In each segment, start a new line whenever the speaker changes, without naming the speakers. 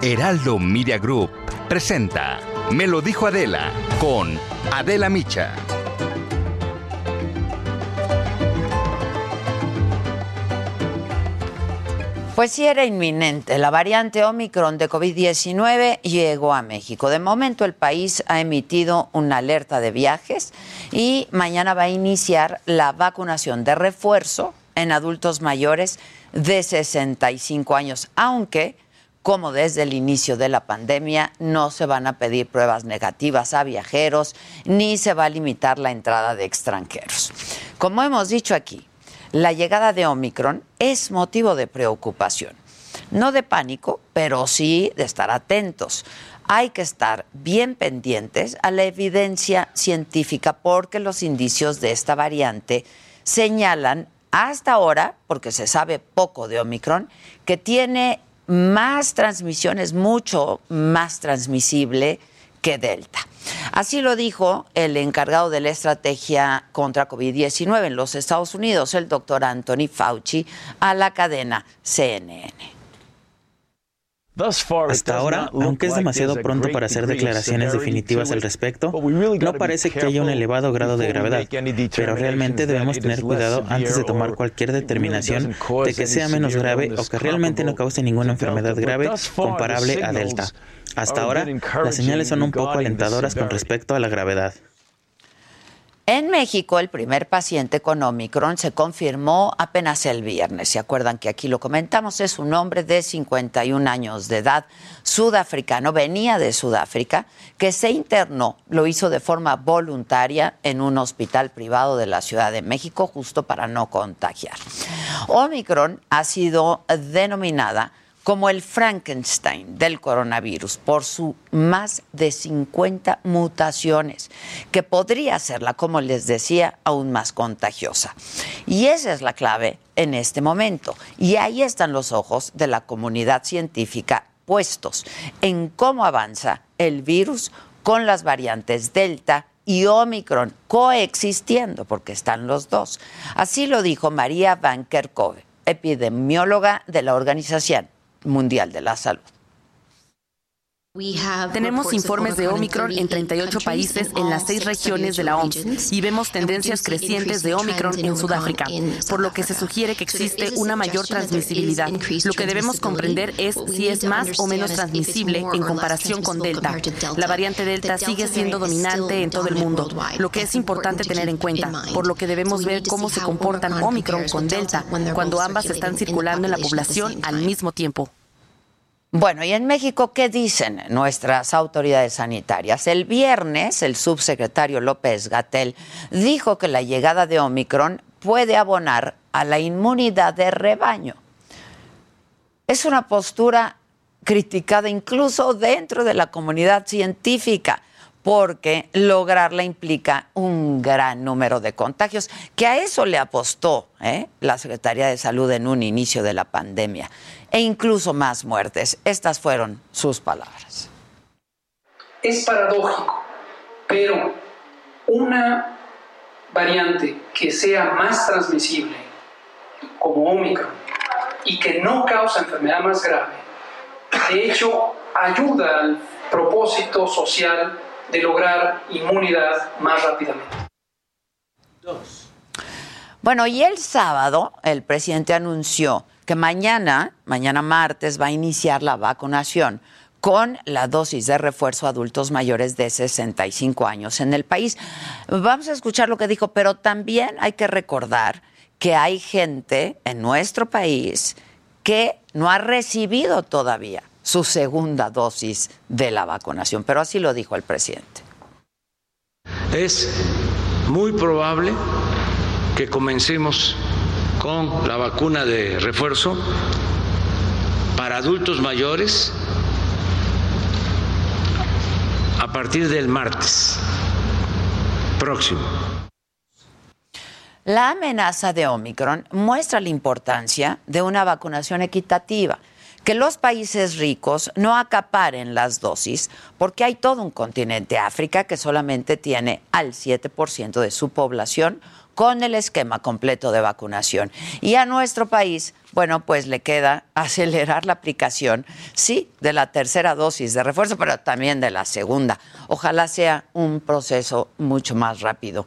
Heraldo Media Group presenta Me lo dijo Adela con Adela Micha.
Pues sí era inminente. La variante Omicron de COVID-19 llegó a México. De momento el país ha emitido una alerta de viajes y mañana va a iniciar la vacunación de refuerzo en adultos mayores de 65 años, aunque como desde el inicio de la pandemia no se van a pedir pruebas negativas a viajeros ni se va a limitar la entrada de extranjeros. Como hemos dicho aquí, la llegada de Omicron es motivo de preocupación. No de pánico, pero sí de estar atentos. Hay que estar bien pendientes a la evidencia científica porque los indicios de esta variante señalan hasta ahora, porque se sabe poco de Omicron, que tiene más transmisión, es mucho más transmisible que Delta. Así lo dijo el encargado de la estrategia contra COVID-19 en los Estados Unidos, el doctor Anthony Fauci, a la cadena CNN.
Hasta ahora, aunque es demasiado pronto para hacer declaraciones definitivas al respecto, no parece que haya un elevado grado de gravedad, pero realmente debemos tener cuidado antes de tomar cualquier determinación de que sea menos grave o que realmente no cause ninguna enfermedad grave comparable a Delta. Hasta ahora, las señales son un poco alentadoras con respecto a la gravedad.
En México, el primer paciente con Omicron se confirmó apenas el viernes. ¿Se acuerdan que aquí lo comentamos? Es un hombre de 51 años de edad, sudafricano, venía de Sudáfrica, que se internó, lo hizo de forma voluntaria en un hospital privado de la Ciudad de México, justo para no contagiar. Omicron ha sido denominada como el Frankenstein del coronavirus por su más de 50 mutaciones, que podría hacerla, como les decía, aún más contagiosa. Y esa es la clave en este momento. Y ahí están los ojos de la comunidad científica puestos en cómo avanza el virus con las variantes Delta y Omicron coexistiendo, porque están los dos. Así lo dijo María Van Kerkhove, epidemióloga de la organización Mundial de la Salud.
Tenemos informes de Omicron en 38 países en las seis regiones de la OMS y vemos tendencias crecientes de Omicron en Sudáfrica, por lo que se sugiere que existe una mayor transmisibilidad. Lo que debemos comprender es si es más o menos transmisible en comparación con Delta. La variante Delta sigue siendo dominante en todo el mundo, lo que es importante tener en cuenta, por lo que debemos ver cómo se comportan Omicron con Delta cuando ambas están circulando en la población al mismo tiempo.
Bueno, ¿y en México qué dicen nuestras autoridades sanitarias? El viernes, el subsecretario López Gatel dijo que la llegada de Omicron puede abonar a la inmunidad de rebaño. Es una postura criticada incluso dentro de la comunidad científica, porque lograrla implica un gran número de contagios, que a eso le apostó ¿eh? la Secretaría de Salud en un inicio de la pandemia e incluso más muertes. Estas fueron sus palabras.
Es paradójico, pero una variante que sea más transmisible, como Omicron, y que no causa enfermedad más grave, de hecho ayuda al propósito social de lograr inmunidad más rápidamente.
Dos. Bueno, y el sábado el presidente anunció que mañana, mañana martes, va a iniciar la vacunación con la dosis de refuerzo a adultos mayores de 65 años en el país. Vamos a escuchar lo que dijo, pero también hay que recordar que hay gente en nuestro país que no ha recibido todavía su segunda dosis de la vacunación, pero así lo dijo el presidente.
Es muy probable que comencemos con la vacuna de refuerzo para adultos mayores a partir del martes próximo.
La amenaza de Omicron muestra la importancia de una vacunación equitativa que los países ricos no acaparen las dosis, porque hay todo un continente África que solamente tiene al 7% de su población con el esquema completo de vacunación. Y a nuestro país, bueno, pues le queda acelerar la aplicación, sí, de la tercera dosis de refuerzo, pero también de la segunda. Ojalá sea un proceso mucho más rápido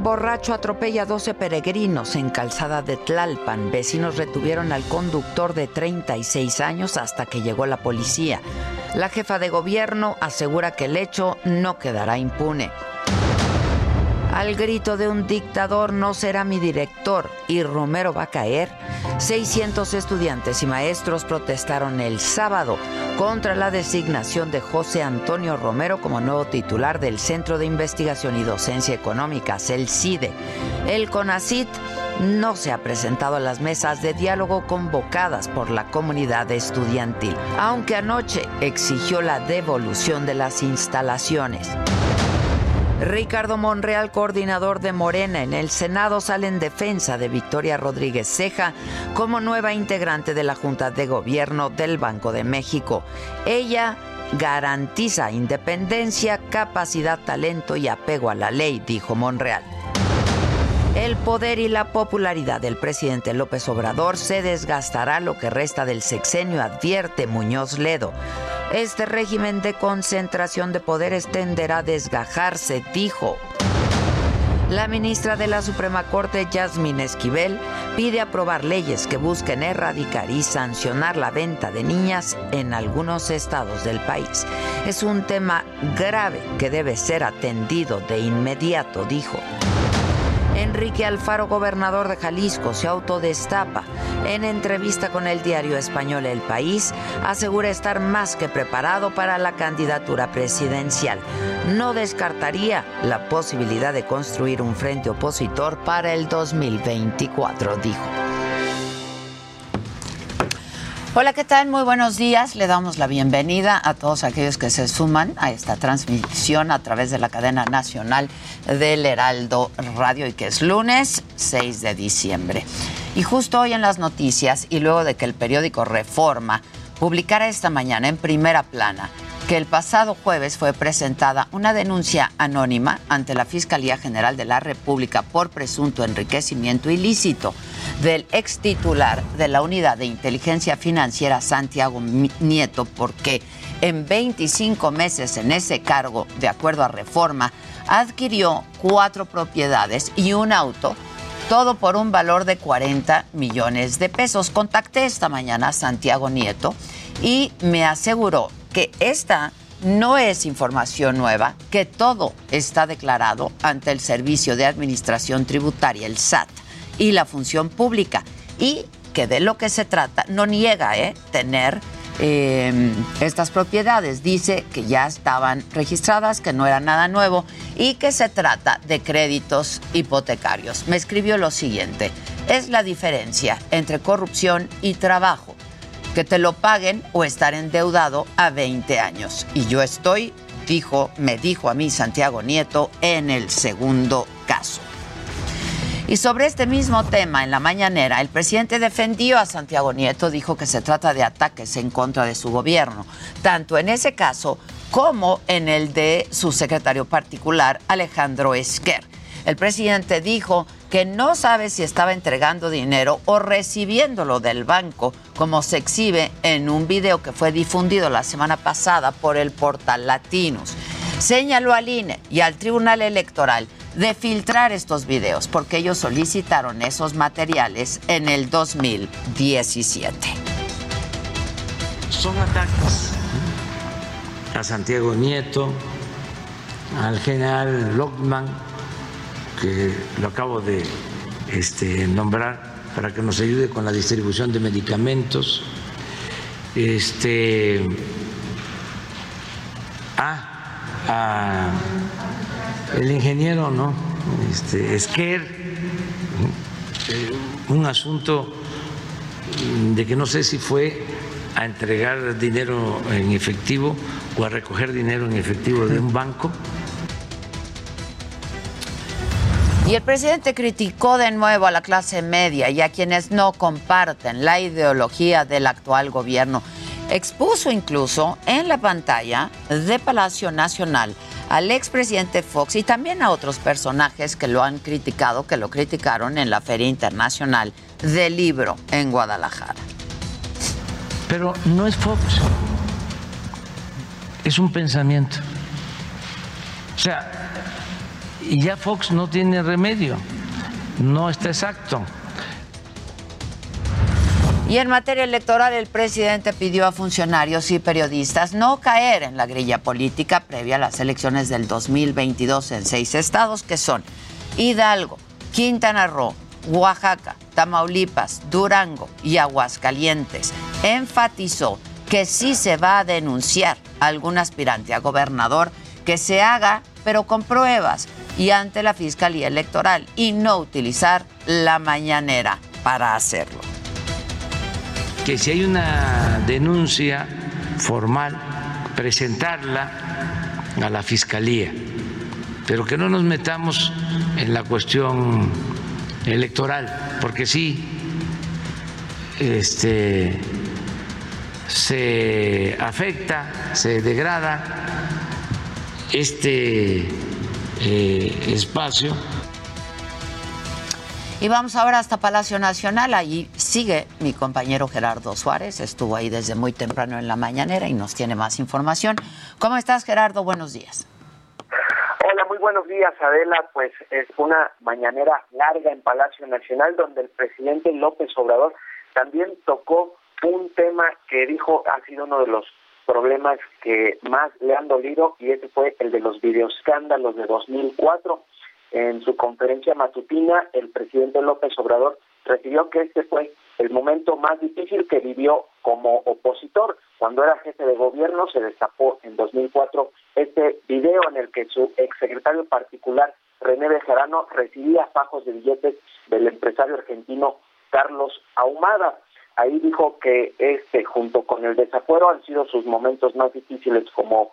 borracho atropella a 12 peregrinos en Calzada de Tlalpan. Vecinos retuvieron al conductor de 36 años hasta que llegó la policía. La jefa de gobierno asegura que el hecho no quedará impune. Al grito de un dictador no será mi director y Romero va a caer. 600 estudiantes y maestros protestaron el sábado contra la designación de José Antonio Romero como nuevo titular del Centro de Investigación y Docencia Económicas, el CIDE. E. El CONACIT no se ha presentado a las mesas de diálogo convocadas por la comunidad estudiantil, aunque anoche exigió la devolución de las instalaciones. Ricardo Monreal, coordinador de Morena en el Senado, sale en defensa de Victoria Rodríguez Ceja como nueva integrante de la Junta de Gobierno del Banco de México. Ella garantiza independencia, capacidad, talento y apego a la ley, dijo Monreal. El poder y la popularidad del presidente López Obrador se desgastará lo que resta del sexenio, advierte Muñoz Ledo. Este régimen de concentración de poderes tenderá a desgajarse, dijo. La ministra de la Suprema Corte, Yasmín Esquivel, pide aprobar leyes que busquen erradicar y sancionar la venta de niñas en algunos estados del país. Es un tema grave que debe ser atendido de inmediato, dijo. Enrique Alfaro, gobernador de Jalisco, se autodestapa. En entrevista con el diario español El País, asegura estar más que preparado para la candidatura presidencial. No descartaría la posibilidad de construir un frente opositor para el 2024, dijo. Hola, ¿qué tal? Muy buenos días. Le damos la bienvenida a todos aquellos que se suman a esta transmisión a través de la cadena nacional del Heraldo Radio y que es lunes 6 de diciembre. Y justo hoy en las noticias y luego de que el periódico Reforma publicara esta mañana en primera plana que el pasado jueves fue presentada una denuncia anónima ante la Fiscalía General de la República por presunto enriquecimiento ilícito del ex titular de la Unidad de Inteligencia Financiera Santiago Nieto, porque en 25 meses en ese cargo, de acuerdo a reforma, adquirió cuatro propiedades y un auto todo por un valor de 40 millones de pesos. Contacté esta mañana a Santiago Nieto y me aseguró que esta no es información nueva, que todo está declarado ante el Servicio de Administración Tributaria, el SAT, y la función pública, y que de lo que se trata no niega ¿eh? tener eh, estas propiedades. Dice que ya estaban registradas, que no era nada nuevo y que se trata de créditos hipotecarios. Me escribió lo siguiente, es la diferencia entre corrupción y trabajo, que te lo paguen o estar endeudado a 20 años. Y yo estoy, dijo, me dijo a mí Santiago Nieto, en el segundo caso. Y sobre este mismo tema, en la mañanera, el presidente defendió a Santiago Nieto, dijo que se trata de ataques en contra de su gobierno, tanto en ese caso como en el de su secretario particular, Alejandro Esquer. El presidente dijo que no sabe si estaba entregando dinero o recibiéndolo del banco, como se exhibe en un video que fue difundido la semana pasada por el portal Latinos. Señaló al INE y al Tribunal Electoral de filtrar estos videos, porque ellos solicitaron esos materiales en el 2017.
Son ataques
a Santiago Nieto, al general Lockman, que lo acabo de este, nombrar para que nos ayude con la distribución de medicamentos. Este, ah, a el ingeniero, ¿no? Este, Esquer, un asunto de que no sé si fue a entregar dinero en efectivo o a recoger dinero en efectivo de un banco.
Y el presidente criticó de nuevo a la clase media y a quienes no comparten la ideología del actual gobierno. Expuso incluso en la pantalla de Palacio Nacional al expresidente Fox y también a otros personajes que lo han criticado, que lo criticaron en la Feria Internacional del Libro en Guadalajara.
Pero no es Fox, es un pensamiento. O sea, y ya Fox no tiene remedio, no está exacto.
Y en materia electoral, el presidente pidió a funcionarios y periodistas no caer en la grilla política previa a las elecciones del 2022 en seis estados que son Hidalgo, Quintana Roo, Oaxaca, Tamaulipas, Durango y Aguascalientes. Enfatizó que sí se va a denunciar a algún aspirante a gobernador que se haga, pero con pruebas y ante la Fiscalía Electoral y no utilizar la mañanera para hacerlo
que si hay una denuncia formal, presentarla a la Fiscalía, pero que no nos metamos en la cuestión electoral, porque sí este, se afecta, se degrada este eh, espacio
y vamos ahora hasta Palacio Nacional. Allí sigue mi compañero Gerardo Suárez. Estuvo ahí desde muy temprano en la mañanera y nos tiene más información. ¿Cómo estás, Gerardo? Buenos días.
Hola, muy buenos días, Adela. Pues es una mañanera larga en Palacio Nacional donde el presidente López Obrador también tocó un tema que dijo ha sido uno de los problemas que más le han dolido y ese fue el de los videoscándalos de 2004. En su conferencia matutina, el presidente López Obrador refirió que este fue el momento más difícil que vivió como opositor. Cuando era jefe de gobierno se destapó en 2004 este video en el que su exsecretario particular, René Bejarano, recibía fajos de billetes del empresario argentino Carlos Ahumada. Ahí dijo que este, junto con el desafuero, han sido sus momentos más difíciles como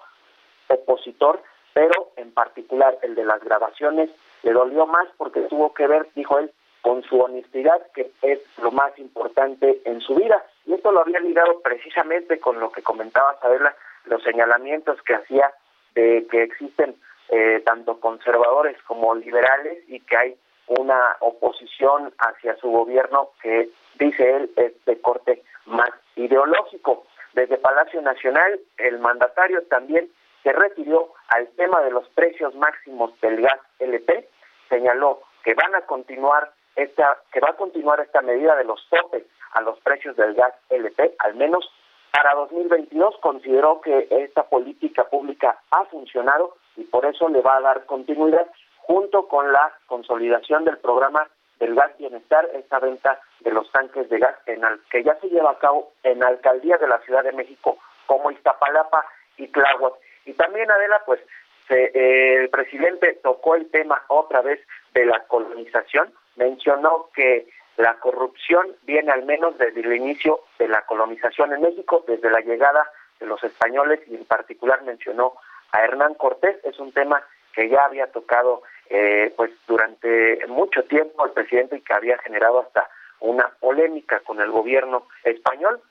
opositor, pero en particular el de las grabaciones le dolió más porque tuvo que ver, dijo él, con su honestidad, que es lo más importante en su vida. Y esto lo había ligado precisamente con lo que comentaba Sabela, los señalamientos que hacía de que existen eh, tanto conservadores como liberales y que hay una oposición hacia su gobierno que, dice él, es de corte más ideológico. Desde Palacio Nacional, el mandatario también se refirió al tema de los precios máximos del gas LP, señaló que van a continuar esta, que va a continuar esta medida de los topes a los precios del gas LP, al menos para 2022 consideró que esta política pública ha funcionado y por eso le va a dar continuidad junto con la consolidación del programa del gas bienestar, esta venta de los tanques de gas en al, que ya se lleva a cabo en alcaldías de la Ciudad de México como Iztapalapa y Tláhuac. Y también, Adela, pues se, eh, el presidente tocó el tema otra vez de la colonización, mencionó que la corrupción viene al menos desde el inicio de la colonización en México, desde la llegada de los españoles y en particular mencionó a Hernán Cortés, es un tema que ya había tocado eh, pues durante mucho tiempo el presidente y que había generado hasta una polémica con el gobierno español,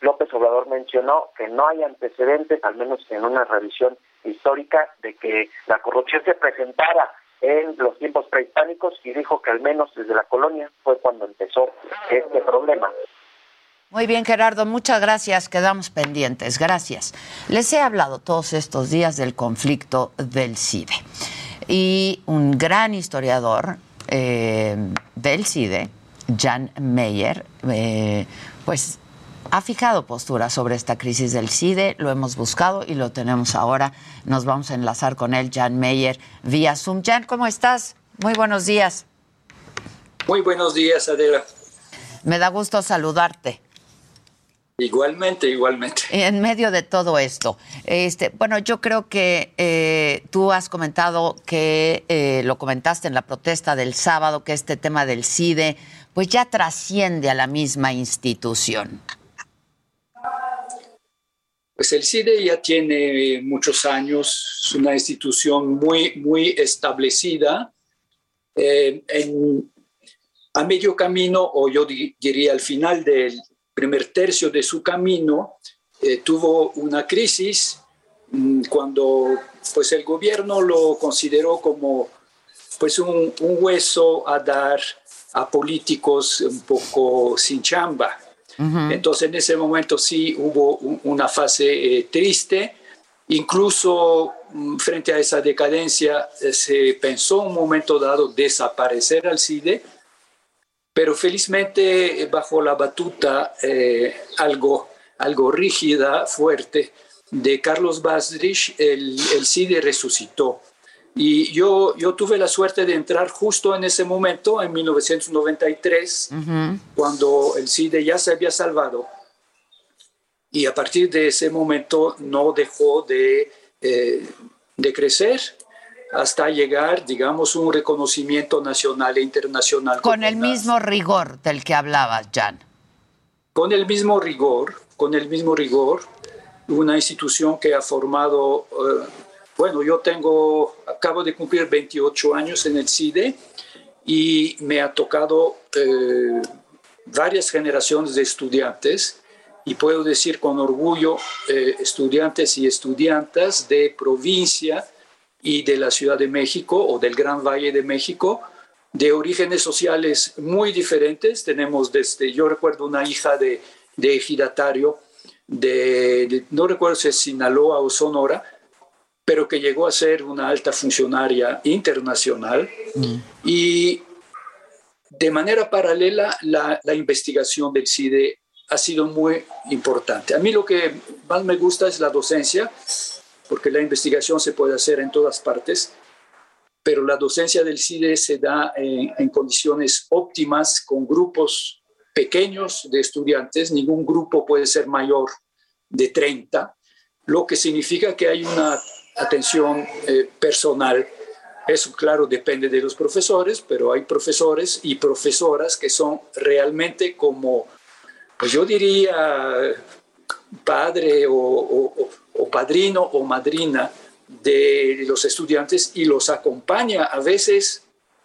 López Obrador mencionó que no hay antecedentes, al menos en una revisión histórica, de que la corrupción se presentara en los tiempos prehispánicos y dijo que al menos desde la colonia fue cuando empezó este problema.
Muy bien, Gerardo, muchas gracias. Quedamos pendientes. Gracias. Les he hablado todos estos días del conflicto del CIDE. E. Y un gran historiador E, eh, del CIDE, Jan Meyer, eh, pues ha fijado postura sobre esta crisis del CIDE, E. lo hemos buscado y lo tenemos ahora. Nos vamos a enlazar con él, Jan Meyer, vía Zoom. Jan, ¿cómo estás? Muy buenos días.
Muy buenos días, Adela.
Me da gusto saludarte.
Igualmente, igualmente.
En medio de todo esto, este, bueno, yo creo que eh, tú has comentado que eh, lo comentaste en la protesta del sábado que este tema del CIDE, pues ya trasciende a la misma institución.
Pues el CIDE ya tiene eh, muchos años, es una institución muy, muy establecida. Eh, en, a medio camino, o yo di, diría al final del primer tercio de su camino, eh, tuvo una crisis mmm, cuando pues, el gobierno lo consideró como pues, un, un, hueso a dar a políticos un poco sin chamba. Uh -huh. Entonces en ese momento sí hubo un, una fase eh, triste, incluso mmm, frente a esa decadencia eh, se pensó un momento dado desaparecer al CIDE, E, pero felizmente eh, bajo la batuta eh, algo, algo rígida, fuerte, de Carlos Basrich, el, el, CIDE E resucitó. Y yo, yo tuve la suerte de entrar justo en ese momento, en 1993, uh -huh. cuando el CIDE ya se había salvado. Y a partir de ese momento no dejó de, eh, de crecer, hasta llegar, digamos, un reconocimiento nacional e internacional.
Con el mismo rigor del que hablabas, Jan.
Con el mismo rigor, con el mismo rigor, una institución que ha formado, eh, bueno, yo tengo, acabo de cumplir 28 años en el CIDE E y me ha tocado eh, varias generaciones de estudiantes y puedo decir con orgullo eh, estudiantes y estudiantas de provincia, y de la Ciudad de México o del Gran Valle de México, de orígenes sociales muy diferentes. Tenemos desde, yo recuerdo una hija de, de ejidatario, de, de, no recuerdo si es Sinaloa o Sonora, pero que llegó a ser una alta funcionaria internacional. Mm. Y de manera paralela, la, la investigación del CIDE E ha sido muy importante. A mí lo que más me gusta es la docencia, porque la investigación se puede hacer en todas partes, pero la docencia del CIDE E se da en, en, condiciones óptimas, con grupos pequeños de estudiantes, ningún grupo puede ser mayor de 30, lo que significa que hay una atención eh, personal. Eso, claro, depende de los profesores, pero hay profesores y profesoras que son realmente como, pues yo diría, padre o, o, o, padrino o madrina de los estudiantes y los acompaña a veces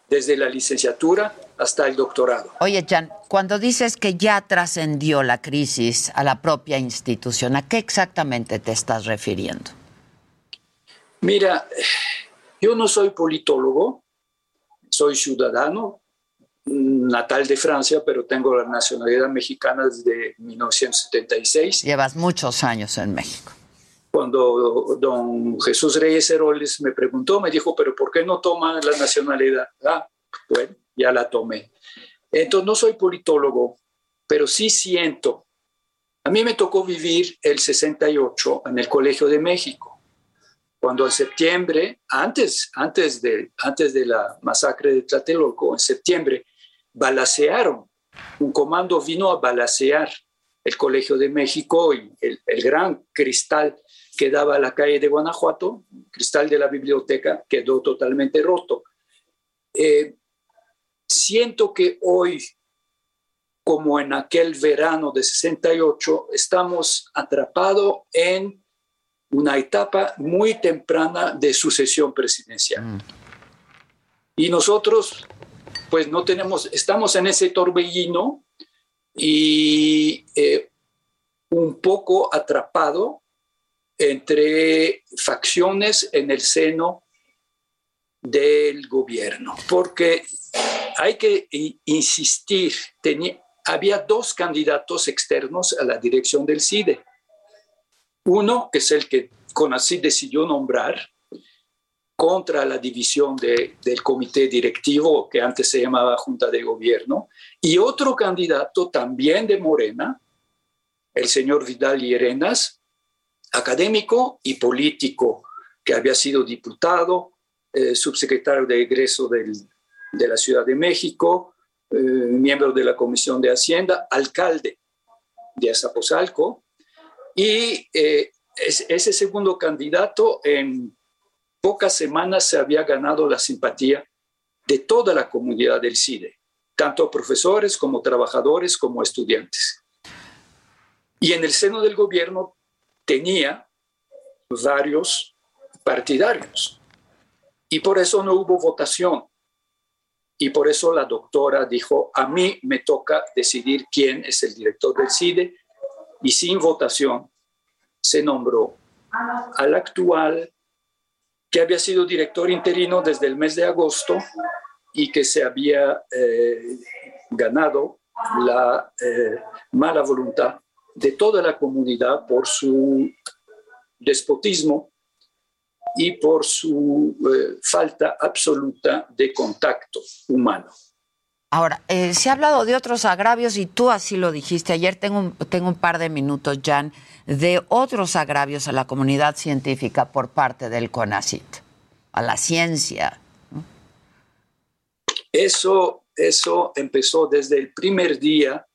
desde la licenciatura hasta el doctorado.
Oye, Jan, cuando dices que ya trascendió la crisis a la propia institución, ¿a qué exactamente te estás refiriendo?
Mira, yo no soy politólogo, soy ciudadano, mm, natal de Francia, pero tengo la nacionalidad mexicana desde 1976.
Llevas muchos años en México.
Cuando don Jesús Reyes Heroles me preguntó, me dijo, pero ¿por qué no toma la nacionalidad? Ah, bueno, ya la tomé. Entonces, no soy politólogo, pero sí siento. A mí me tocó vivir el 68 en el Colegio de México, cuando en septiembre, antes, antes, de, antes de la masacre de Tlatelolco, en septiembre, balacearon. Un comando vino a balacear el Colegio de México y el, el, gran cristal que daba a la calle de Guanajuato, el cristal de la biblioteca, quedó totalmente roto. Eh, siento que hoy, como en aquel verano de 68, estamos atrapados en una etapa muy temprana de sucesión presidencial. Mm. Y nosotros, pues no tenemos, estamos en ese torbellino y eh, un poco atrapado entre facciones en el seno del gobierno, porque hay que insistir, tenía, había dos candidatos externos a la dirección del CIDE. E. Uno, que es el que CONACYT decidió nombrar, contra la división de, del comité directivo, que antes se llamaba Junta de Gobierno, y otro candidato también de Morena, el señor Vidal Llerenas, académico y político, que había sido diputado, eh, subsecretario de egreso del, de la Ciudad de México, eh, miembro de la Comisión de Hacienda, alcalde de Azapozalco, y eh, es, ese segundo candidato en pocas semanas se había ganado la simpatía de toda la comunidad del CIDE, tanto profesores como trabajadores como estudiantes. Y en el seno del gobierno tenía varios partidarios. Y por eso no hubo votación. Y por eso la doctora dijo, a mí me toca decidir quién es el director del CIDE. Y sin votación se nombró al actual, que había sido director interino desde el mes de agosto y que se había eh, ganado la eh, mala voluntad de toda la comunidad por su despotismo y por su eh, falta absoluta de contacto humano.
Ahora, eh, se ha hablado de otros agravios y tú así lo dijiste. Ayer tengo un, tengo un par de minutos, Jan, de otros agravios a la comunidad científica por parte del CONACIT, a la ciencia.
Eso, eso empezó desde el primer día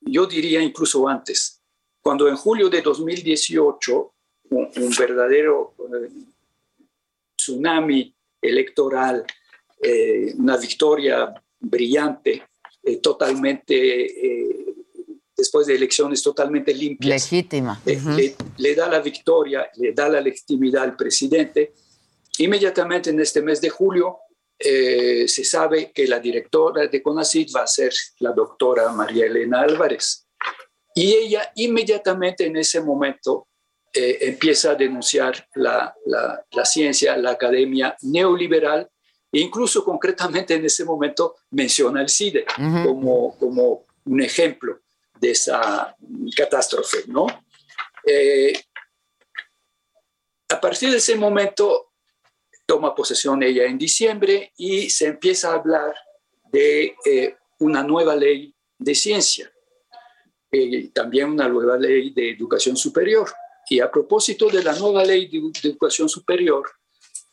yo diría incluso antes, cuando en julio de 2018 un, un verdadero eh, tsunami electoral, eh, una victoria brillante, eh, totalmente, después de elecciones totalmente limpias.
Legítima.
Uh -huh. le, le, da la victoria, le da la legitimidad al presidente. Inmediatamente en este mes de julio eh, se sabe que la directora de CONACYT va a ser la doctora María Elena Álvarez. Y ella inmediatamente en ese momento eh, empieza a denunciar la, la, la, ciencia, la academia neoliberal, e incluso concretamente en ese momento menciona el CIDE uh -huh. como, como un ejemplo de esa catástrofe, ¿no? Eh, a partir de ese momento toma posesión ella en diciembre y se empieza a hablar de eh, una nueva ley de ciencia, eh, también una nueva ley de educación superior. Y a propósito de la nueva ley de, de, educación superior,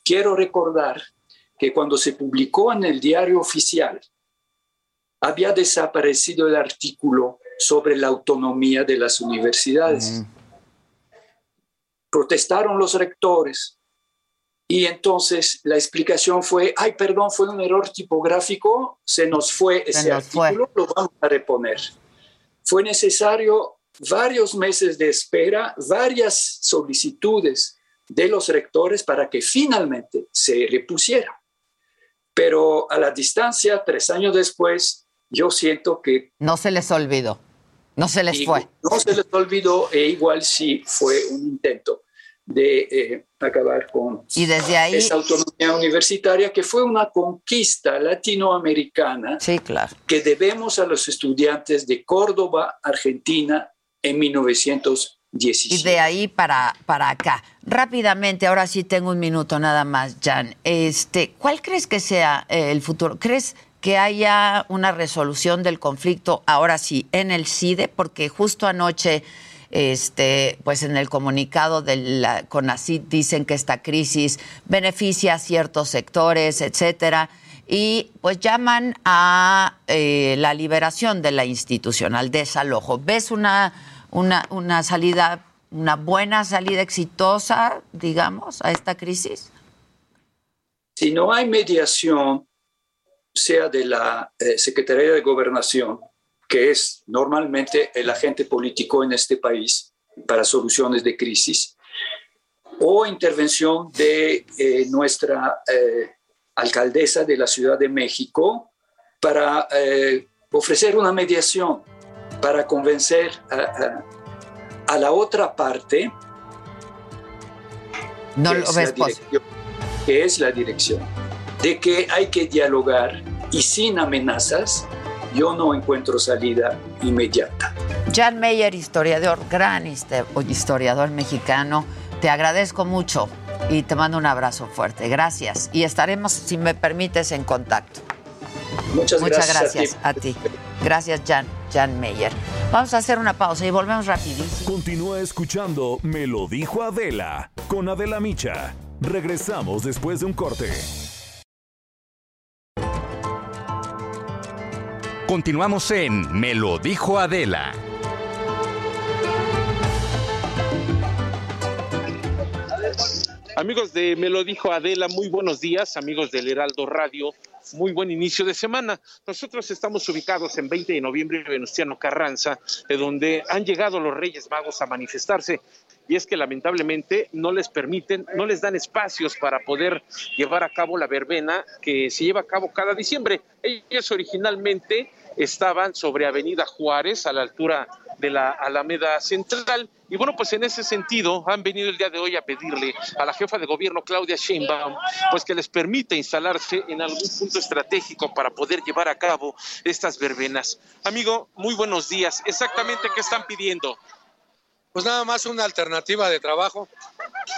quiero recordar que cuando se publicó en el diario oficial, había desaparecido el artículo sobre la autonomía de las universidades. Mm. Protestaron los rectores, y entonces la explicación fue, ay, perdón, fue un error tipográfico, se nos fue se ese nos artículo, fue. lo vamos a reponer. Fue necesario varios meses de espera, varias solicitudes de los rectores para que finalmente se repusiera. Pero a la distancia, tres años después, yo siento que...
No se les olvidó, no se les
y,
fue.
No se les olvidó e igual sí fue un intento de eh, acabar con
y desde ahí,
esa autonomía universitaria que fue una conquista latinoamericana
sí, claro.
que debemos a los estudiantes de Córdoba, Argentina, en 1917.
Y de ahí para, para acá. Rápidamente, ahora sí tengo un minuto nada más, Jan. Este, ¿Cuál crees que sea eh, el futuro? ¿Crees que haya una resolución del conflicto ahora sí en el CIDE? E? Porque justo anoche este, pues en el comunicado de la CONACYT dicen que esta crisis beneficia a ciertos sectores, etcétera, y pues llaman a eh, la liberación de la institución, al desalojo. ¿Ves una, una, una salida, una buena salida exitosa, digamos, a esta crisis?
Si no hay mediación, sea de la eh, Secretaría de Gobernación, que es normalmente el agente político en este país para soluciones de crisis, o intervención de eh, nuestra eh, alcaldesa de la Ciudad de México para eh, ofrecer una mediación, para convencer a, a, a la otra parte,
no que, lo
es
ves pues.
que es la dirección, de que hay que dialogar y sin amenazas yo no encuentro salida inmediata.
Jan Meyer, historiador, gran historiador mexicano, te agradezco mucho y te mando un abrazo fuerte. Gracias. Y estaremos, si me permites, en contacto.
Muchas,
Muchas gracias,
gracias
a, ti. a ti. Gracias, Jan, Jan Meyer. Vamos a hacer una pausa y volvemos rapidísimo.
Continúa escuchando Me lo dijo Adela con Adela Micha. Regresamos después de un corte.
Continuamos en Me lo dijo Adela.
Amigos de Me lo dijo Adela, muy buenos días, amigos del Heraldo Radio, muy buen inicio de semana. Nosotros estamos ubicados en 20 de noviembre de Venustiano Carranza, de donde han llegado los Reyes Magos a manifestarse. Y es que lamentablemente no les permiten, no les dan espacios para poder llevar a cabo la verbena que se lleva a cabo cada diciembre. Ellos originalmente estaban sobre Avenida Juárez, a la altura de la Alameda Central. Y bueno, pues en ese sentido han venido el día de hoy a pedirle a la jefa de gobierno, Claudia Sheinbaum, pues que les permita instalarse en algún punto estratégico para poder llevar a cabo estas verbenas. Amigo, muy buenos días. Exactamente, ¿qué están pidiendo?
Pues nada más una alternativa de trabajo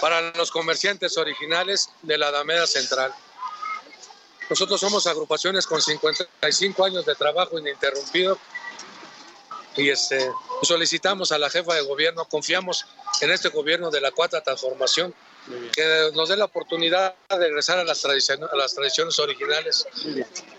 para los comerciantes originales de la Alameda Central. Nosotros somos agrupaciones con 55 años de trabajo ininterrumpido y este, solicitamos a la jefa de gobierno, confiamos en este gobierno de la cuarta transformación, que nos dé la oportunidad de regresar a las, tradiciones, a las tradiciones originales.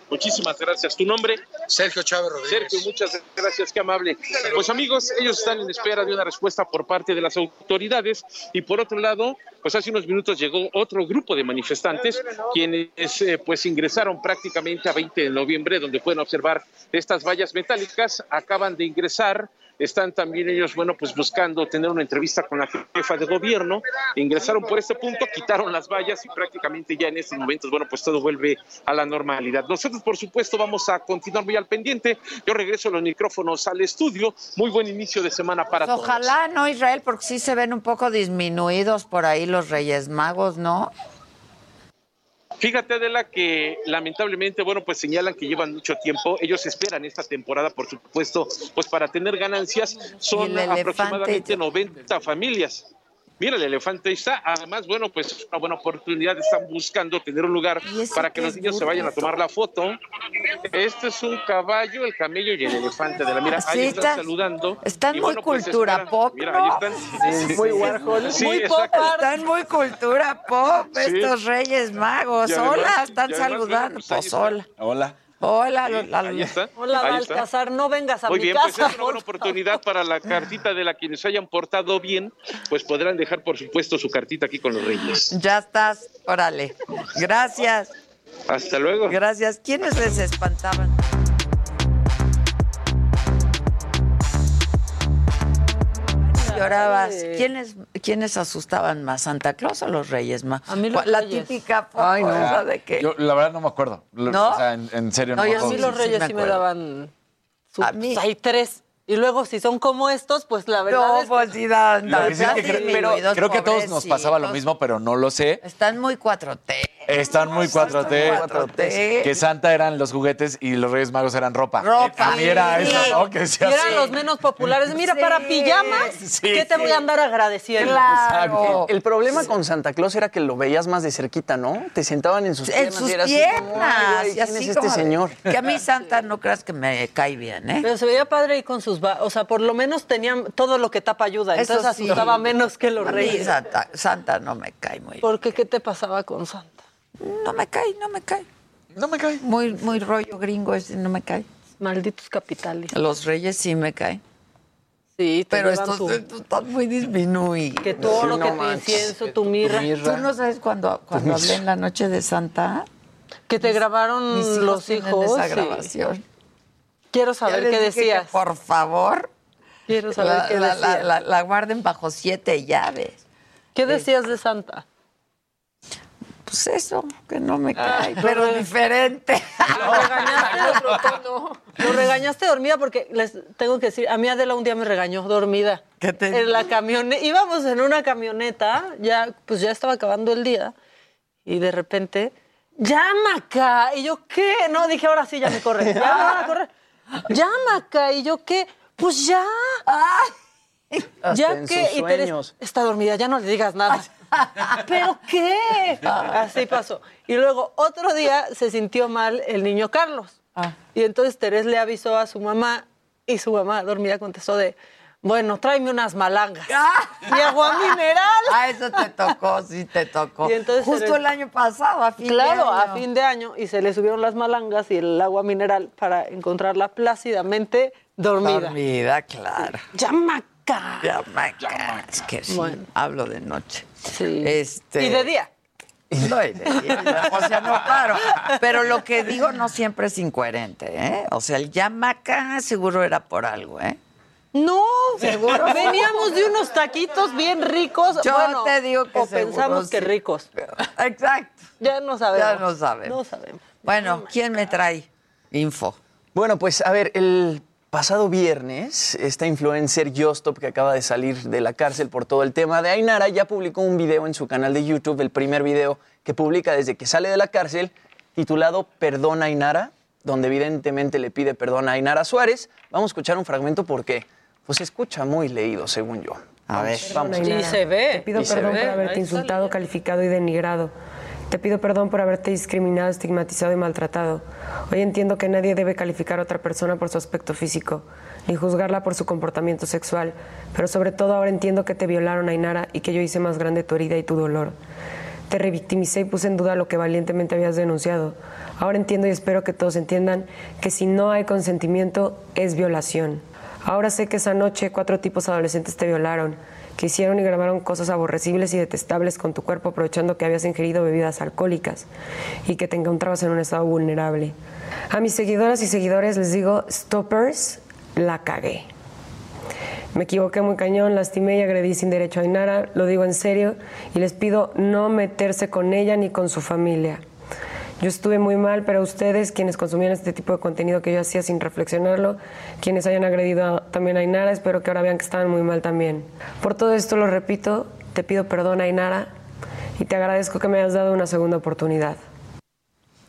Muchísimas gracias. ¿Tu nombre?
Sergio Chávez Rodríguez.
Sergio, muchas gracias, qué amable. Pues amigos, ellos están en espera de una respuesta por parte de las autoridades y por otro lado, pues hace unos minutos llegó otro grupo de manifestantes quienes eh, pues ingresaron prácticamente a 20 de noviembre donde pueden observar estas vallas metálicas, acaban de ingresar están también ellos, bueno, pues buscando tener una entrevista con la jefa de gobierno, ingresaron por este punto, quitaron las vallas y prácticamente ya en estos momentos, bueno, pues todo vuelve a la normalidad. Nosotros, por supuesto, vamos a continuar muy al pendiente. Yo regreso los micrófonos al estudio. Muy buen inicio de semana para
pues
todos.
Ojalá, ¿no, Israel? Porque sí se ven un poco disminuidos por ahí los Reyes Magos, ¿no?
Fíjate de la que lamentablemente, bueno, pues señalan que llevan mucho tiempo. Ellos esperan esta temporada, por supuesto, pues para tener ganancias son aproximadamente 90 familias. Mira, el elefante está. Además, bueno, pues una buena oportunidad. Están buscando tener un lugar para que los niños se vayan a tomar la foto. Este es un caballo, el camello y el elefante de la mira. ahí están saludando.
Están muy
pues,
cultura pop.
muy Warhol.
muy pop. Están muy cultura pop estos Reyes Magos. Pues hola, están saludando. pues hola.
Hola.
Hola, sí, la, la,
ahí está,
Hola,
ahí
Baltasar, está. no vengas a
Muy
mi
bien,
casa.
pues es una buena oportunidad para la cartita de la quienes hayan portado bien, pues podrán dejar, por supuesto, su cartita aquí con los reyes.
Ya estás, órale. Gracias.
Hasta luego.
Gracias. ¿Quiénes les espantaban? llorabas? ¿Quiénes, ¿Quiénes asustaban más? ¿Santa Claus o los Reyes más?
A mí los
la
Reyes.
típica
Ay, no.
cosa de que
Yo, la verdad no me acuerdo. Lo-
¿No?
O sea, en, en serio no,
No,
me
yo a
acuerdo.
mí los
sí
reyes
me
sí me
acuerdo.
daban. su-
A mí-
pues, hay tres. Y luego, si son como estos, pues la verdad.
No,
es que-
pues sí, dan-
Lo que sí es
dan
que creo,
disminuidos,
pero creo que a todos nos pasaba lo
pobrecitos.
mismo, pero no lo sé.
Están muy 4T.
Están muy 4T.
4T.
Que Santa eran los juguetes y los Reyes Magos eran ropa.
Ropa.
A mí era
Sí.
eso, ¿no? Que
y
decías,
eran los menos populares. Mira,
Sí.
para pijamas,
Sí,
¿qué te
sí.
voy a andar agradeciendo?
Claro.
Exacto.
El-
El problema con Santa Claus era que lo veías más de cerquita, ¿no? Te sentaban en sus
En
piernas.
sus
y era así como,
piernas.
"Ay, güey,
y
¿Quién
así
es este
como-
señor?
Que a mí Santa no creas que me cae bien, ¿eh?
Pero se veía padre ahí con sus. va- O sea, por lo menos tenían todo lo que tapa ayuda.
Eso
Entonces
sí.
asustaba menos que los
A mí
reyes.
Santa, Santa no me cae muy bien.
Porque, ¿qué te pasaba con Santa?
No me cae, no me cae.
No me cae.
Muy, muy rollo gringo ese, no me cae.
Malditos capitales.
Los reyes sí me caen.
Sí, te
Pero
daban
estos,
tu-
estos están muy disminuidos.
Que todo lo
no
que te
manches.
incienso, tu mirra.
¿Tú no sabes cuando, cuando hablé en la noche de Santa?
Que te grabaron
Mis hijos
Mm, los
tienen
hijos.
esa
sí.
grabación.
Quiero
Ya
saber
les
qué
dije que,
decías.
por favor,
Quiero saber
la,
qué
la-
decías.
la- la- la guarden bajo siete llaves. Eh,
¿Qué decías de Santa?
Pues eso, que no me
Ah.
cae, pero diferente.
Lo regañaste, lo regañaste dormida porque les tengo que decir, a mí Adela un día me regañó dormida.
¿Qué te-
En la camioneta, íbamos en una camioneta, ya pues ya estaba acabando el día y de repente, llama acá. Y yo, ¿qué? No, dije, ahora sí ya me corre. Ya me van a correr. Llama acá. Y yo, ¿qué? Pues ya.
Ah.
ya
en
que
sus
y Tere,
sueños.
está dormida, ya no le digas nada. ¿Pero qué? Así pasó. Y luego otro día se sintió mal el niño Carlos.
Ah.
Y entonces Terés le avisó a su mamá Y su mamá dormida contestó de, bueno, tráeme unas malangas. Y agua mineral.
Ah, eso te tocó, sí te tocó.
Y entonces
Oh, Justo
era-
el año pasado, a fin
claro,
de año.
a fin de año. Y se le subieron las malangas y el agua mineral para encontrarla plácidamente dormida.
Dormida, claro.
¡Yamaca!
Yamaca. Es que sí,
Bueno.
hablo de noche.
Sí.
Este,
Y de día.
No, y de día. O sea, no paro. Pero lo que digo no siempre es incoherente, ¿eh? O sea, el yamaca seguro era por algo, ¿eh?
No,
Seguro.
Veníamos de unos taquitos bien ricos.
Yo
bueno,
te digo que
o
seguro,
pensamos que
sí.
ricos.
Exacto.
Ya no sabemos.
Ya no sabemos.
No sabemos.
Bueno, ¿quién me trae info?
Bueno, pues a ver, el pasado viernes, esta influencer Yostop, que acaba de salir de la cárcel por todo el tema de Ainara, ya publicó un video en su canal de YouTube, el primer video que publica desde que sale de la cárcel, titulado Perdón Ainara, donde evidentemente le pide perdón a Ainara Suárez. Vamos a escuchar un fragmento porque pues, se escucha muy leído, según yo. A ver, vamos. a
Y
escuchar.
se ve.
Te pido
Y se
perdón
ve.
por haberte
Ahí está.
insultado, calificado y denigrado. Te pido perdón por haberte discriminado, estigmatizado y maltratado. Hoy entiendo que nadie debe calificar a otra persona por su aspecto físico, ni juzgarla por su comportamiento sexual, pero sobre todo ahora entiendo que te violaron, Ainara, y que yo hice más grande tu herida y tu dolor. Te revictimicé y puse en duda lo que valientemente habías denunciado. Ahora entiendo y espero que todos entiendan que si no hay consentimiento es violación. Ahora sé que esa noche cuatro tipos adolescentes te violaron, que hicieron y grabaron cosas aborrecibles y detestables con tu cuerpo aprovechando que habías ingerido bebidas alcohólicas y que te encontrabas en un estado vulnerable. A mis seguidoras y seguidores les digo, stoppers, la cagué. Me equivoqué muy cañón, lastimé y agredí sin derecho a Ainara, lo digo en serio, y les pido no meterse con ella ni con su familia. Yo estuve muy mal, pero ustedes, quienes consumían este tipo de contenido que yo hacía sin reflexionarlo, quienes hayan agredido a- también a Ainara, espero que ahora vean que estaban muy mal también. Por todo esto lo repito, te pido perdón Ainara y te agradezco que me hayas dado una segunda oportunidad.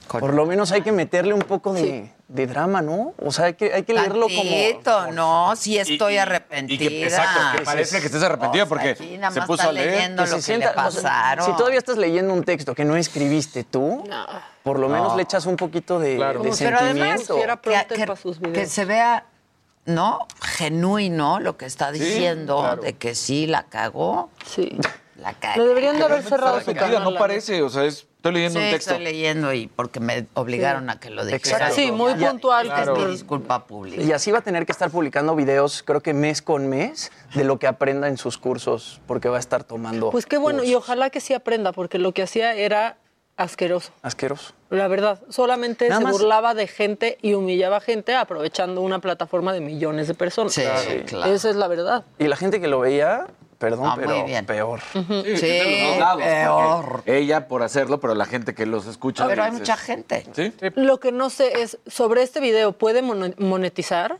Por lo menos hay que meterle un poco de, de drama, ¿no? O sea, hay que, hay que leerlo como...
Tantito, no, sí
y-
estoy
y que-
arrepentida.
exacto, que parece que estés arrepentida
O sea,
porque
aquí nada
se
más
puso
está
a leer.
leyendo
Que
lo
se
que
sienta-
le
o sea,
pasaron.
si todavía estás leyendo un texto que no escribiste tú, por lo menos
No.
le echas un poquito de, de
Como- pero además
sentimiento.
que, que- que se vea no genuino lo que está diciendo de que sí la cagó
sí
la cagó
Le deberían de haber cerrado su
Mira,
canal.
no
la
parece, o sea, es- estoy leyendo
Sí,
un texto.
estoy leyendo y porque me obligaron
Sí.
a que lo dijera
Exacto.
Sí, muy
Ya,
puntual.
esta es
Claro.
mi disculpa pública
Y así va a tener que estar publicando videos, creo que mes con mes, de lo que aprenda en sus cursos, porque va a estar tomando.
neta. Pues qué bueno, y
cursos.
ojalá que sí aprenda, porque lo que hacía era asqueroso.
Asqueroso.
La verdad, solamente
Nada
se
más-
burlaba de gente y humillaba a gente aprovechando una plataforma de millones de personas.
Sí, Claro. claro.
Esa es la verdad.
Y la gente que lo veía, perdón,
Ah, muy
pero
bien.
peor.
Sí,
Sí,
de los dos lados,
peor.
porque Ella por hacerlo, pero la gente que los escucha.
pero hay
dices,
mucha gente
¿Sí?
Lo que no sé es, sobre este video, ¿puede mono- monetizar?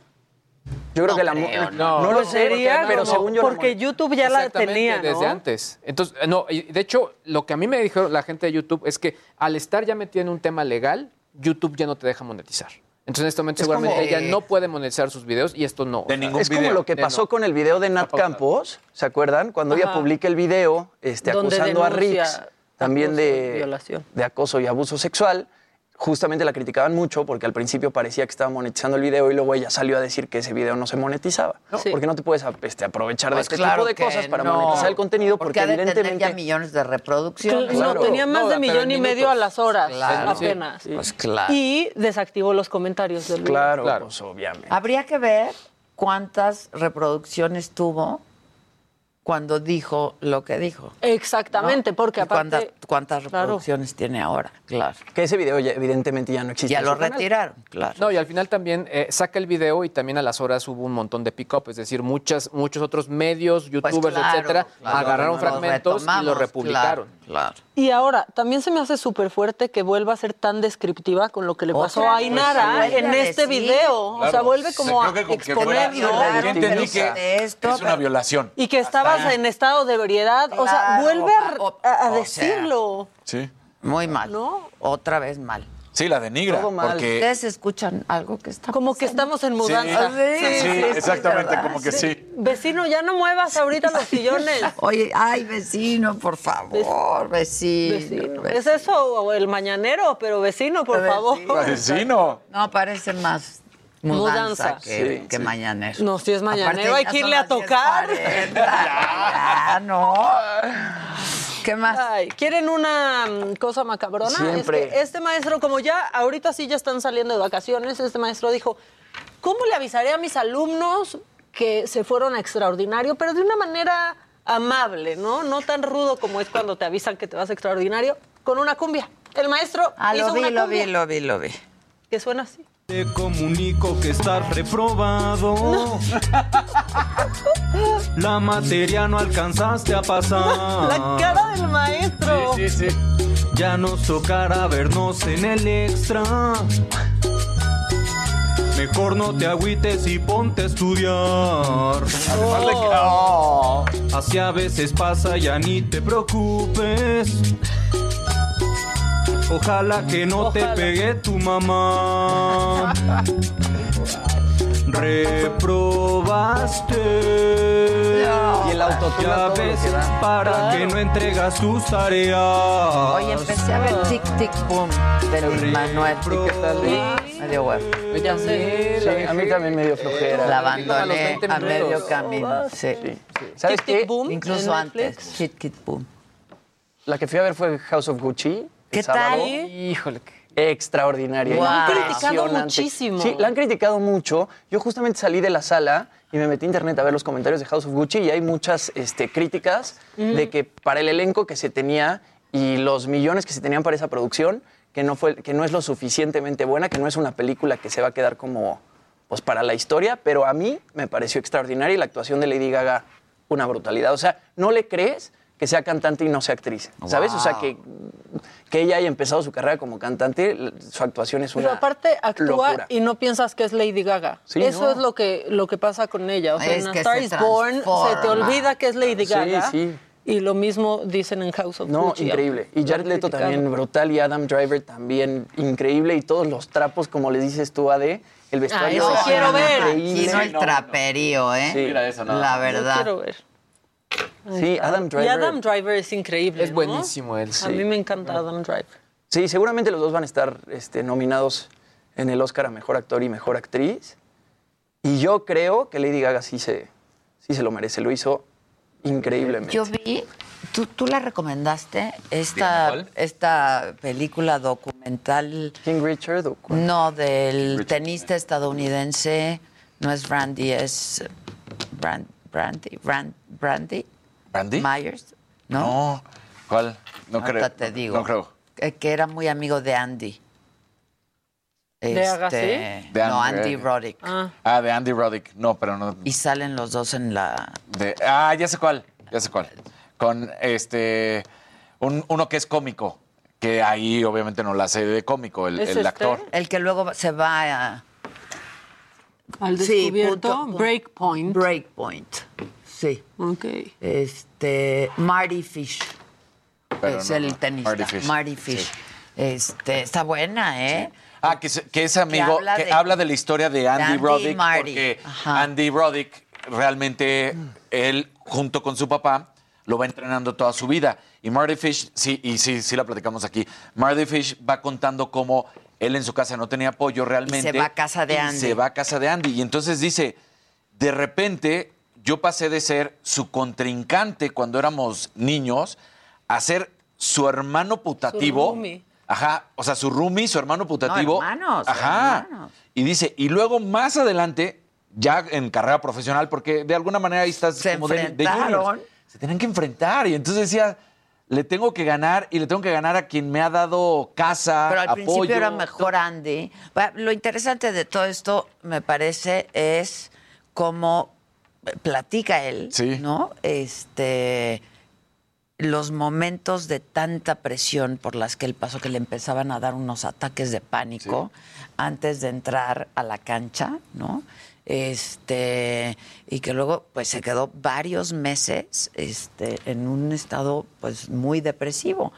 Yo creo que la.
creo,
no.
no.
lo sé,
Sería
pero
como-
según yo. la
porque
monetiza.
YouTube ya la
Exactamente,
tenía, ¿no?
desde antes. Entonces, no, y de hecho, lo que a mí me dijeron la gente de YouTube es que al estar ya metida en un tema legal, YouTube ya no te deja monetizar. Entonces, en este momento,
Es
seguramente
como-
ella no puede monetizar sus videos y esto no. o sea,
Es como lo que
De
pasó
no.
con el video de Nat Campos, ¿se acuerdan? Cuando ella
Ajá.
publica el video este,
Donde
acusando a
denuncia
Rix también
acoso y
de,
violación.
de acoso y abuso sexual. Justamente la criticaban mucho porque al principio parecía que estaba monetizando el video y luego ella salió a decir que ese video no se monetizaba.
Sí.
Porque no te puedes este, aprovechar
Pues
de este
claro
tipo de
que
cosas para
no,
monetizar el contenido porque,
porque, ha de tener
evidentemente...
ya millones de reproducciones.
No, tenía más
No,
de
pero
millón
en
y medio a las horas,
Claro.
apenas.
Pues claro.
Y desactivó los comentarios del video.
Claro, pues obviamente.
Habría que ver cuántas reproducciones tuvo cuando dijo lo que dijo.
Exactamente,
¿no?
porque
Y
aparte...
cuántas, cuántas
Claro.
reproducciones Pues tiene ahora. Claro.
Que ese video ya, evidentemente ya no existe.
Ya
en
lo
su canal.
retiraron, claro.
No, y al final también eh, saca el video y también a las horas hubo un montón de pick-up, es decir, muchas, muchos otros medios, youtubers,
Pues claro,
etcétera,
claro,
agarraron
lo
fragmentos y lo
retomamos,
republicaron.
Claro.
Y ahora, también se me hace súper fuerte que vuelva a ser tan descriptiva con lo que le pasó
Otra
a
vez,
Ainara
vuelve
en
a
este
decir.
video. O sea,
Claro.
vuelve como
Creo
a
que con que fuera-
exponer, ¿no?
Yo entendí que
esto,
es una
pero-
violación.
Y que estabas en estado de veriedad. o sea,
Claro,
vuelve a,
o-
a- a
o sea,
decirlo.
Sí.
Muy mal.
¿No?
Otra vez mal.
Sí, la denigra.
Todo mal.
Porque.
¿Ustedes escuchan algo que está
Como que estamos en
Sí,
mudanza.
Ah, sí, exactamente,
¿verdad?
como que sí.
Vecino, ya no muevas ahorita los sillones.
Oye, ay, vecino, por favor, vecino.
Vecino.
vecino.
¿Es eso o el mañanero? Pero vecino, por favor.
Vecino.
No, parece más mudanza,
Mudanza.
que,
Sí,
que
sí.
mañanero.
No, si es mañanero,
Aparte,
hay
ya
que
son
irle a
las
tocar.
10:40, ya, no. ¿Qué más?
¿Quieren una mm, cosa macabrona?
Siempre.
Es que este maestro, como ya ahorita sí ya están saliendo de vacaciones, este maestro dijo, ¿cómo le avisaré a mis alumnos que se fueron a extraordinario? Pero de una manera amable, ¿no? No tan rudo como es cuando te avisan que te vas a extraordinario, con una cumbia. El maestro
Ah,
hizo
lo vi,
una
lo
cumbia
vi, lo vi, lo vi.
que suena así.
Te comunico que estás reprobado. La materia no alcanzaste a pasar.
La cara del maestro.
Sí, sí, sí. Ya nos tocará vernos en el extra. Mejor no te agüites y ponte a estudiar. Oh. Así a veces pasa, ya ni te preocupes. Ojalá que no te pegue tu mamá. Reprobaste.
Y el autotune
Ya
es todo lo que
ves,
da.
para
Claro.
que no entregas tus tareas. Oye,
Oye, empecé a ver Tic Tic Boom de Luis Manuel. ¿Y qué tal? Me dio huevo.
Ya sé,
Sí,
la dejé. a mí también me dio flojera.
La abandoné a medio
Ah,
camino. Sí.
¿Sabes qué?
Incluso antes. Kit Kit Boom.
La que fui a ver fue House of Gucci.
¿Qué
el sábado.
tal?
Híjole. qué Extraordinaria.
Wow.
La han criticado
Impresionante.
muchísimo.
Sí, la han criticado mucho. Yo justamente salí de la sala y me metí a internet a ver los comentarios de House of Gucci y hay muchas este, críticas
Mm.
de que para el elenco que se tenía y los millones que se tenían para esa producción, que no, fue, que no es lo suficientemente buena, que no es una película que se va a quedar como pues, para la historia, pero a mí me pareció extraordinaria y la actuación de Lady Gaga una brutalidad. O sea, no le crees que sea cantante y no sea actriz, ¿sabes? O sea, que, que ella haya empezado su carrera como cantante, l- su actuación es una...
Pero aparte actúa
Pues locura.
y no piensas que es Lady Gaga.
Sí,
Eso
no.
es lo que, lo que pasa con ella. O sea,
Es
en A
que
Star
se
is Born se te
transforma.
olvida que es Lady
Sí,
Gaga.
sí.
Y lo mismo dicen en House of
No,
Gucci.
increíble. Y
Lo
Jared Leto
criticaron.
también brutal y Adam Driver también increíble y todos los trapos, como les dices tú, AD, el vestuario
eso
es
quiero ver.
increíble.
Quiero el traperío, ¿eh?
Sí. Mira eso, no.
La
Yo
verdad.
quiero ver.
Sí, Adam
Y
Driver.
Adam Driver es increíble.
Es
¿no?
buenísimo él, sí.
A mí me encanta Adam Driver.
Sí, seguramente los dos van a estar este, nominados en el Oscar a Mejor Actor y Mejor Actriz. Y yo creo que Lady Gaga sí se, sí se lo merece. Lo hizo increíblemente.
Yo vi, tú, tú la recomendaste, esta, esta película documental.
King Richard o
No, del tenista estadounidense, no es Brandy, es Brand, Brandy, Brand- Brandy.
¿Brandy?
Myers, ¿no?
¿Cuál? No creo.
Ahorita te digo.
No creo.
Que, que era muy amigo de Andy.
¿De Agassi? De
Este, no,
Andy. eh.
Andy Roddick.
Ah, de Andy Roddick. No, pero no.
Y salen los dos en la.
De, ah, ya sé cuál. Ya sé cuál. Con este. un- uno que es cómico. Que ahí obviamente no la hace de cómico el,
este?
el actor.
El que luego va- se va a.
Al descubierto, Breakpoint.
Breakpoint, sí.
Ok.
Este, Marty Fish.
Pero
es
no,
el
no,
tenista. Marty
Marty
Fish.
Fish.
Este, está buena, ¿eh?
Ah, que, se- que es amigo, que
habla
habla,
de-
de, la historia de Andy,
Andy y
Roddick,
Marty.
porque Andy Roddick realmente él junto con su papá lo va entrenando toda su vida y Marty Fish sí y sí sí la platicamos aquí. Marty Fish va contando cómo él en su casa no tenía apoyo realmente
va a casa de
y
Andy.
Se va a casa de Andy y entonces dice, de repente yo pasé de ser su contrincante cuando éramos niños a ser su hermano putativo.
roomie.
Ajá, o sea, su roomie, su hermano putativo.
No, hermanos,
Ajá.
hermanos.
Y dice, y luego más adelante, ya en carrera profesional, porque de alguna manera ahí estás como de- de
enfrentaron.
juniors. Se tienen que enfrentar. Y entonces decía, le tengo que ganar y le tengo que ganar a quien me ha dado casa,
Pero al
ah, apoyo.
principio era mejor Andy. Va, Lo interesante de todo esto, me parece, es cómo platica él, ¿no? Este los momentos de tanta presión por las que él pasó que le empezaban a dar unos ataques de pánico antes de entrar a la cancha, ¿no? Este y que luego pues se quedó varios meses este en un estado pues muy depresivo.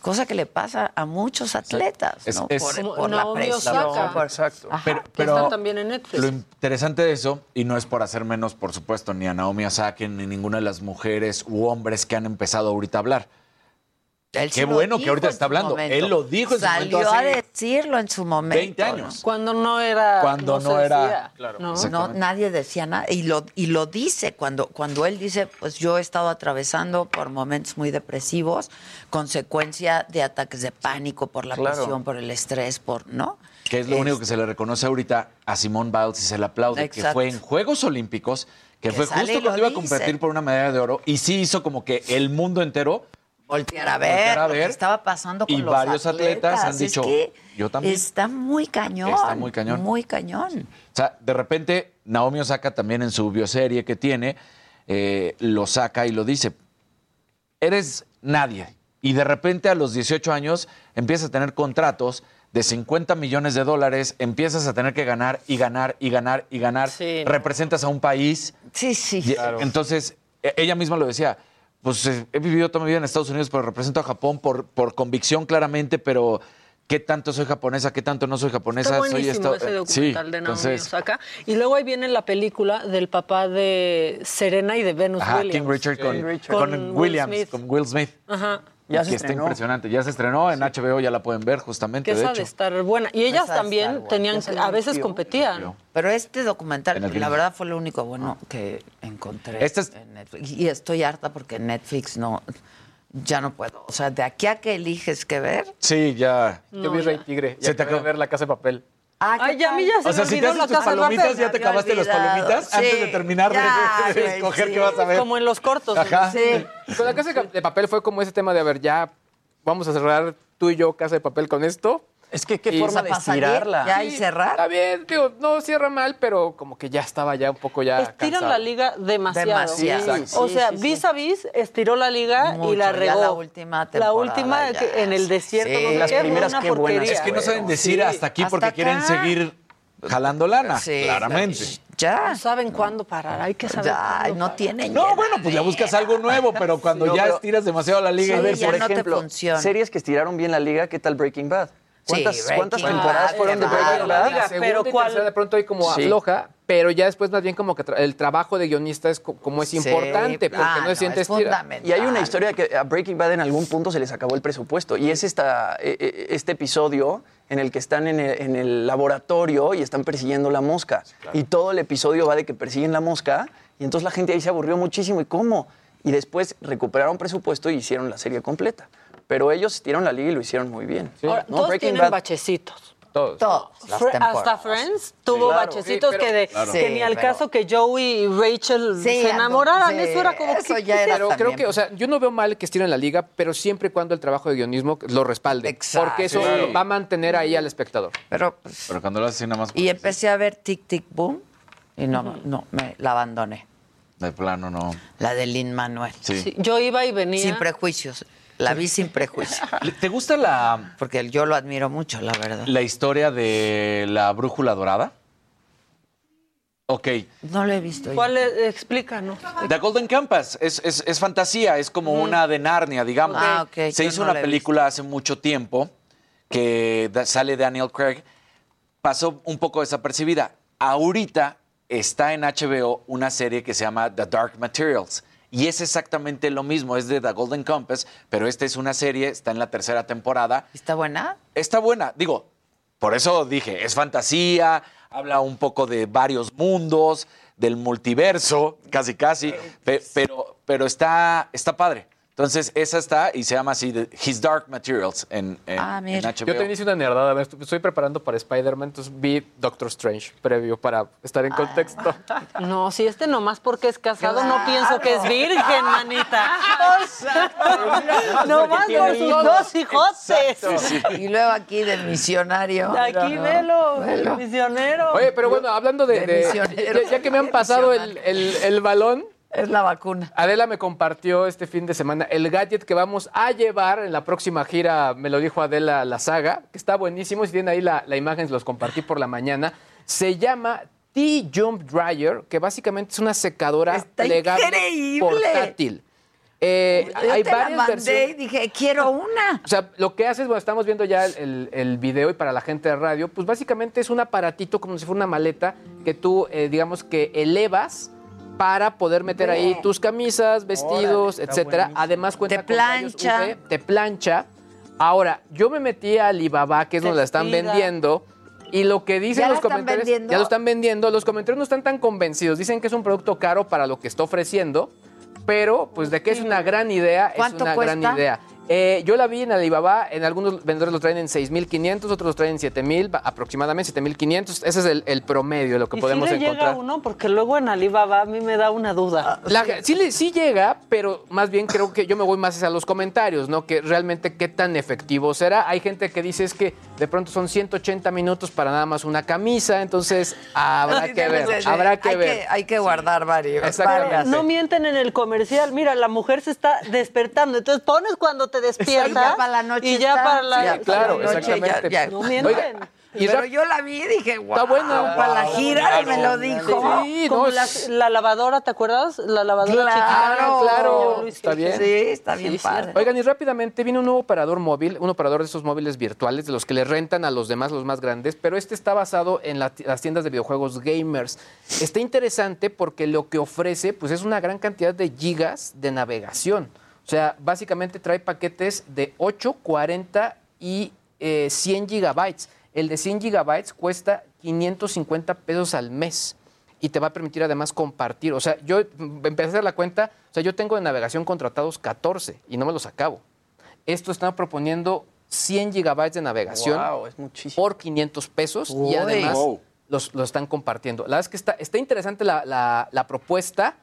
Cosa que le pasa a muchos atletas,
Es-
¿no?
es-
por
Como
por la
Naomi
presión.
Osaka.
por-
Exacto.
Pero,
Está
pero
también en Netflix.
lo interesante de eso, y no es por hacer menos, por supuesto, ni a Naomi Osaka, ni ninguna de las mujeres u hombres que han empezado ahorita a hablar.
Él sí
Qué
lo
bueno que
dijo
ahorita
en
está
su
hablando. Él lo dijo en su
Salió
momento hace
a decirlo en su momento.
20 años.
Cuando no era.
Cuando no,
se
era.
decía.
Claro,
No,
exactamente.
No, nadie decía nada. Y lo, y lo dice cuando, cuando él dice, pues yo he estado atravesando por momentos muy depresivos, consecuencia de ataques de pánico por la
Claro.
presión, por el estrés, por, ¿no?
Que es lo único que se le reconoce ahorita a Simón Biles y se le aplaude, que
Exacto.
fue en Juegos Olímpicos, que,
Que
fue
sale y
justo
lo
cuando iba a
dice.
competir por una medalla de oro, y sí hizo como que el mundo entero
Voltear a ver,
volteara a
lo que
ver,
estaba pasando con
y
los
varios atletas, han
Es
dicho,
que
yo también.
Está muy cañón.
Está muy cañón.
Muy cañón.
O sea, de repente Naomi Osaka también en su bioserie que tiene, eh, lo saca y lo dice, eres nadie. Y de repente a los 18 años empiezas a tener contratos de 50 millones de dólares, empiezas a tener que ganar y ganar y ganar y ganar,
Sí, no.
representas a un país.
Sí, sí.
Entonces, e- ella misma lo decía, pues eh, he vivido toda mi vida en Estados Unidos, pero represento a Japón por, por convicción claramente, pero ¿qué tanto soy japonesa? ¿Qué tanto no soy japonesa?
Está
soy
buenísimo
esta-
ese
eh,
documental de Naomi
entonces,
Osaka. Y luego ahí viene la película del papá de Serena y de Venus
ajá,
Williams.
King Richard con, con
Will
Williams,
Smith.
con Will Smith.
Ah,
Ajá.
Que está impresionante. Ya se estrenó en HBO, ya la pueden ver justamente,
Que
de
esa
hecho.
de estar buena. Y ellas
Esa de estar
también
buena.
tenían,
Ya se
a veces
anunció.
competían.
Pero este documental,
En el
la
Grinch.
verdad, fue lo único bueno que encontré
Este es-
en Netflix. Y estoy harta porque Netflix no, ya no puedo. O sea, de aquí a que eliges qué ver.
Sí, ya.
Yo vi Rey Tigre. Ya
Se te
acabé de
acabó.
ver la casa de papel.
Ah, ¿qué
Ay, ya a mí
tal?
ya se
O
me
sea, si te
olvidó
haces
la
tus
casa de papel.
palomitas, ya te
había
acabaste las
olvidado.
palomitas antes de
Sí,
terminar de-
Eh, ya,
de,
güey,
escoger
sí.
qué vas a ver.
Como en los cortos.
Ajá.
Sí.
Con la casa de de papel fue como ese tema de, a ver, ya vamos a cerrar tú y yo casa de papel con esto.
Es que qué
Y
forma
sea,
de
para salir,
estirarla.
ya y cerrar.
Está bien, digo, no cierra mal, pero como que ya estaba ya un poco ya
Estiran
cansado.
la liga demasiado.
Demasiado.
Sí,
o
sí,
sea,
sí, sí.
vis a vis estiró la liga y
Mucho,
la
ya
regó.
la última
La
temporada
última
ya.
que en el desierto.
Sí.
no sé
Las
qué, fue
primeras
una
qué buenas
porquería.
Es que no saben decir
Sí.
hasta aquí porque
Hasta
quieren
acá.
seguir jalando lana,
Sí,
claramente.
Ya.
No saben cuándo parar. Hay que saber.
Ya,
cuándo
no
parar.
tienen.
No,
ya
bueno, pues ya buscas algo nuevo, pero cuando
No,
ya
pero-
estiras demasiado la liga,
Sí,
a ver,
ya
por
no te
ejemplo,
funciona.
series que estiraron bien la liga, ¿qué tal Breaking Bad? ¿Cuántas,
Breaking
cuántas
Bad,
temporadas fueron de
qué
Breaking
bárbaro.
Bad?
Diga,
La segunda
pero
y
¿cuál?
tercera de pronto hay como
Sí.
afloja, pero ya después más bien como que tra- el trabajo de guionista es co- como es
Sí,
importante, porque
ah,
no se siente
es
estira.
fundamental.
Y hay una historia que a Breaking Bad en algún punto se les acabó el presupuesto. Y es esta, e- e- este episodio en el que están en el, en el laboratorio y están persiguiendo la mosca. Y todo el episodio va de que persiguen la mosca. Y entonces la gente ahí se aburrió muchísimo. ¿Y cómo? Y después recuperaron presupuesto y hicieron la serie completa. Pero ellos tiraron la liga y lo hicieron muy bien.
Ahora,
¿no?
todos
Breaking
tienen
Bad-
bachecitos.
Todos.
Todos, ah, las
Fre- hasta
temporadas.
Friends tuvo
claro.
bachecitos
Sí,
que,
pero-
de-
Claro.
que ni al
Sí, pero-
caso que Joey y Rachel
Sí,
se
ando-
enamoraran.
sí,
eso era como
eso
que.
ya era
Pero creo
también.
que, o sea, yo no veo mal que estiren la liga, pero siempre y cuando el trabajo de guionismo lo respalde.
Exacto.
Porque eso
Claro.
va a mantener ahí al espectador.
Pero, pues,
Pero cuando lo haces así nada más
y empecé a ver Tic Tic Boom y no, no, me la abandoné.
de plano no.
La de Lin Manuel.
Sí.
Sí, yo iba y venía.
Sin prejuicios. La vi sin prejuicios.
¿Te gusta la,
Porque yo lo admiro mucho, la verdad.
la historia de la brújula dorada? Ok.
No lo he visto. yo.
¿Cuál es? Explícanos.
The Golden Campus es, es- es fantasía, es como una de Narnia, digamos.
Ah, ok,
Se
yo
hizo
no la
una
he
película hace mucho tiempo que da- sale Daniel Craig. Pasó un poco desapercibida. Ahorita está en HBO una serie que se llama The Dark Materials. Y es exactamente lo mismo, es de The Golden Compass, pero esta es una serie, está en la tercera temporada.
¿Está buena?
Está buena, digo, por eso dije, es fantasía, habla un poco de varios mundos, del multiverso, casi casi, pe- pero, pero está, está padre. Entonces, esa está y se llama así de His Dark Materials en, en,
Ah, mira.
en HBO.
Yo te hice una nerdada, a ver, estu- estoy preparando para Spider-Man, entonces vi Doctor Strange previo para estar en
Ah.
contexto.
No, si este nomás porque es casado no
Claro.
pienso que es virgen, manita. O sea, nomás
Porque
por
tiene
sus
hijos.
dos hijotes.
Y luego aquí de misionario.
Aquí
No.
velo,
Velo.
misionero.
Oye, pero bueno, hablando de...
de
de-
misionero.
ya, ya que me han pasado el, el- el balón,
Es la vacuna.
Adela me compartió este fin de semana el gadget que vamos a llevar en la próxima gira, me lo dijo Adela la saga, que está buenísimo, si tienen ahí la, la imagen, se los compartí por la mañana, se llama T-Jump Dryer, que básicamente es una secadora
Está
plegable
increíble.
portátil. Eh,
Yo
hay
te la
varias
mandé
versiones.
y dije, quiero una.
Ah, O sea, lo que haces, bueno, estamos viendo ya el, el- el video y para la gente de radio, pues básicamente es un aparatito como si fuera una maleta que tú, eh, digamos que elevas para poder meter ahí tus camisas, vestidos,
está
etcétera. Además cuenta
Te
con rayos
plancha.
UV, te plancha. Ahora, yo me metí a Alibaba, que es donde la están
estira.
vendiendo, y lo que dicen
¿Ya la
los
están
comentarios,
vendiendo?
ya lo están vendiendo, los comentarios no están tan convencidos, dicen que es un producto caro para lo que está ofreciendo, pero pues de que es una gran idea, es
¿Cuánto
una gran
cuesta?
idea. Eh, yo la vi en Alibaba, en algunos vendedores lo traen en 6.500, otros lo traen en 7.000, ba- aproximadamente 7.500. Ese es el, el promedio, lo que
¿Y
podemos
si le
encontrar.
llega uno? Porque luego en Alibaba a mí me da una duda.
La- sí, le- sí llega, pero más bien creo que yo me voy más hacia los comentarios, ¿no? Que realmente qué tan efectivo será. Hay gente que dice es que de pronto son 180 minutos para nada más una camisa, entonces habrá que ver, habrá que
hay
ver.
Que, hay que guardar varios.
Exactamente.
varias.
No mienten en el comercial. Mira, la mujer se está despertando. Entonces pones cuando te despiertas.
Y ya para la noche
Y ya
está.
para la
Ya,
claro,
para la noche,
exactamente.
ya- ya.
No mienten. Oiga,
y
Pero
rap-
yo la vi y dije, wow,
Está buena.
para la
Wow,
gira
claro,
me lo
claro.
dijo.
Sí,
Como
no,
la,
es-
la lavadora, ¿te acuerdas? La lavadora chiquita.
Claro,
claro,
Luis
está bien.
Sí, está bien
Sí,
padre.
Oigan, y rápidamente vino un nuevo operador móvil, un operador de esos móviles virtuales, de los que le rentan a los demás, los más grandes, pero este está basado en la- las tiendas de videojuegos gamers. Está interesante porque lo que ofrece pues, es una gran cantidad de gigas de navegación. O sea, básicamente trae paquetes de 8, 40 y eh, 100 gigabytes. El de 100 gigabytes cuesta 550 pesos al mes y te va a permitir además compartir. O sea, yo mm, empecé a hacer la cuenta, o sea, yo tengo de navegación contratados 14 y no me los acabo. Esto está proponiendo 100 gigabytes de navegación
Wow, es muchísimo.
por 500 pesos y
Uy.
además
Wow.
los, los están compartiendo. La verdad es que está, está interesante la, la- la propuesta.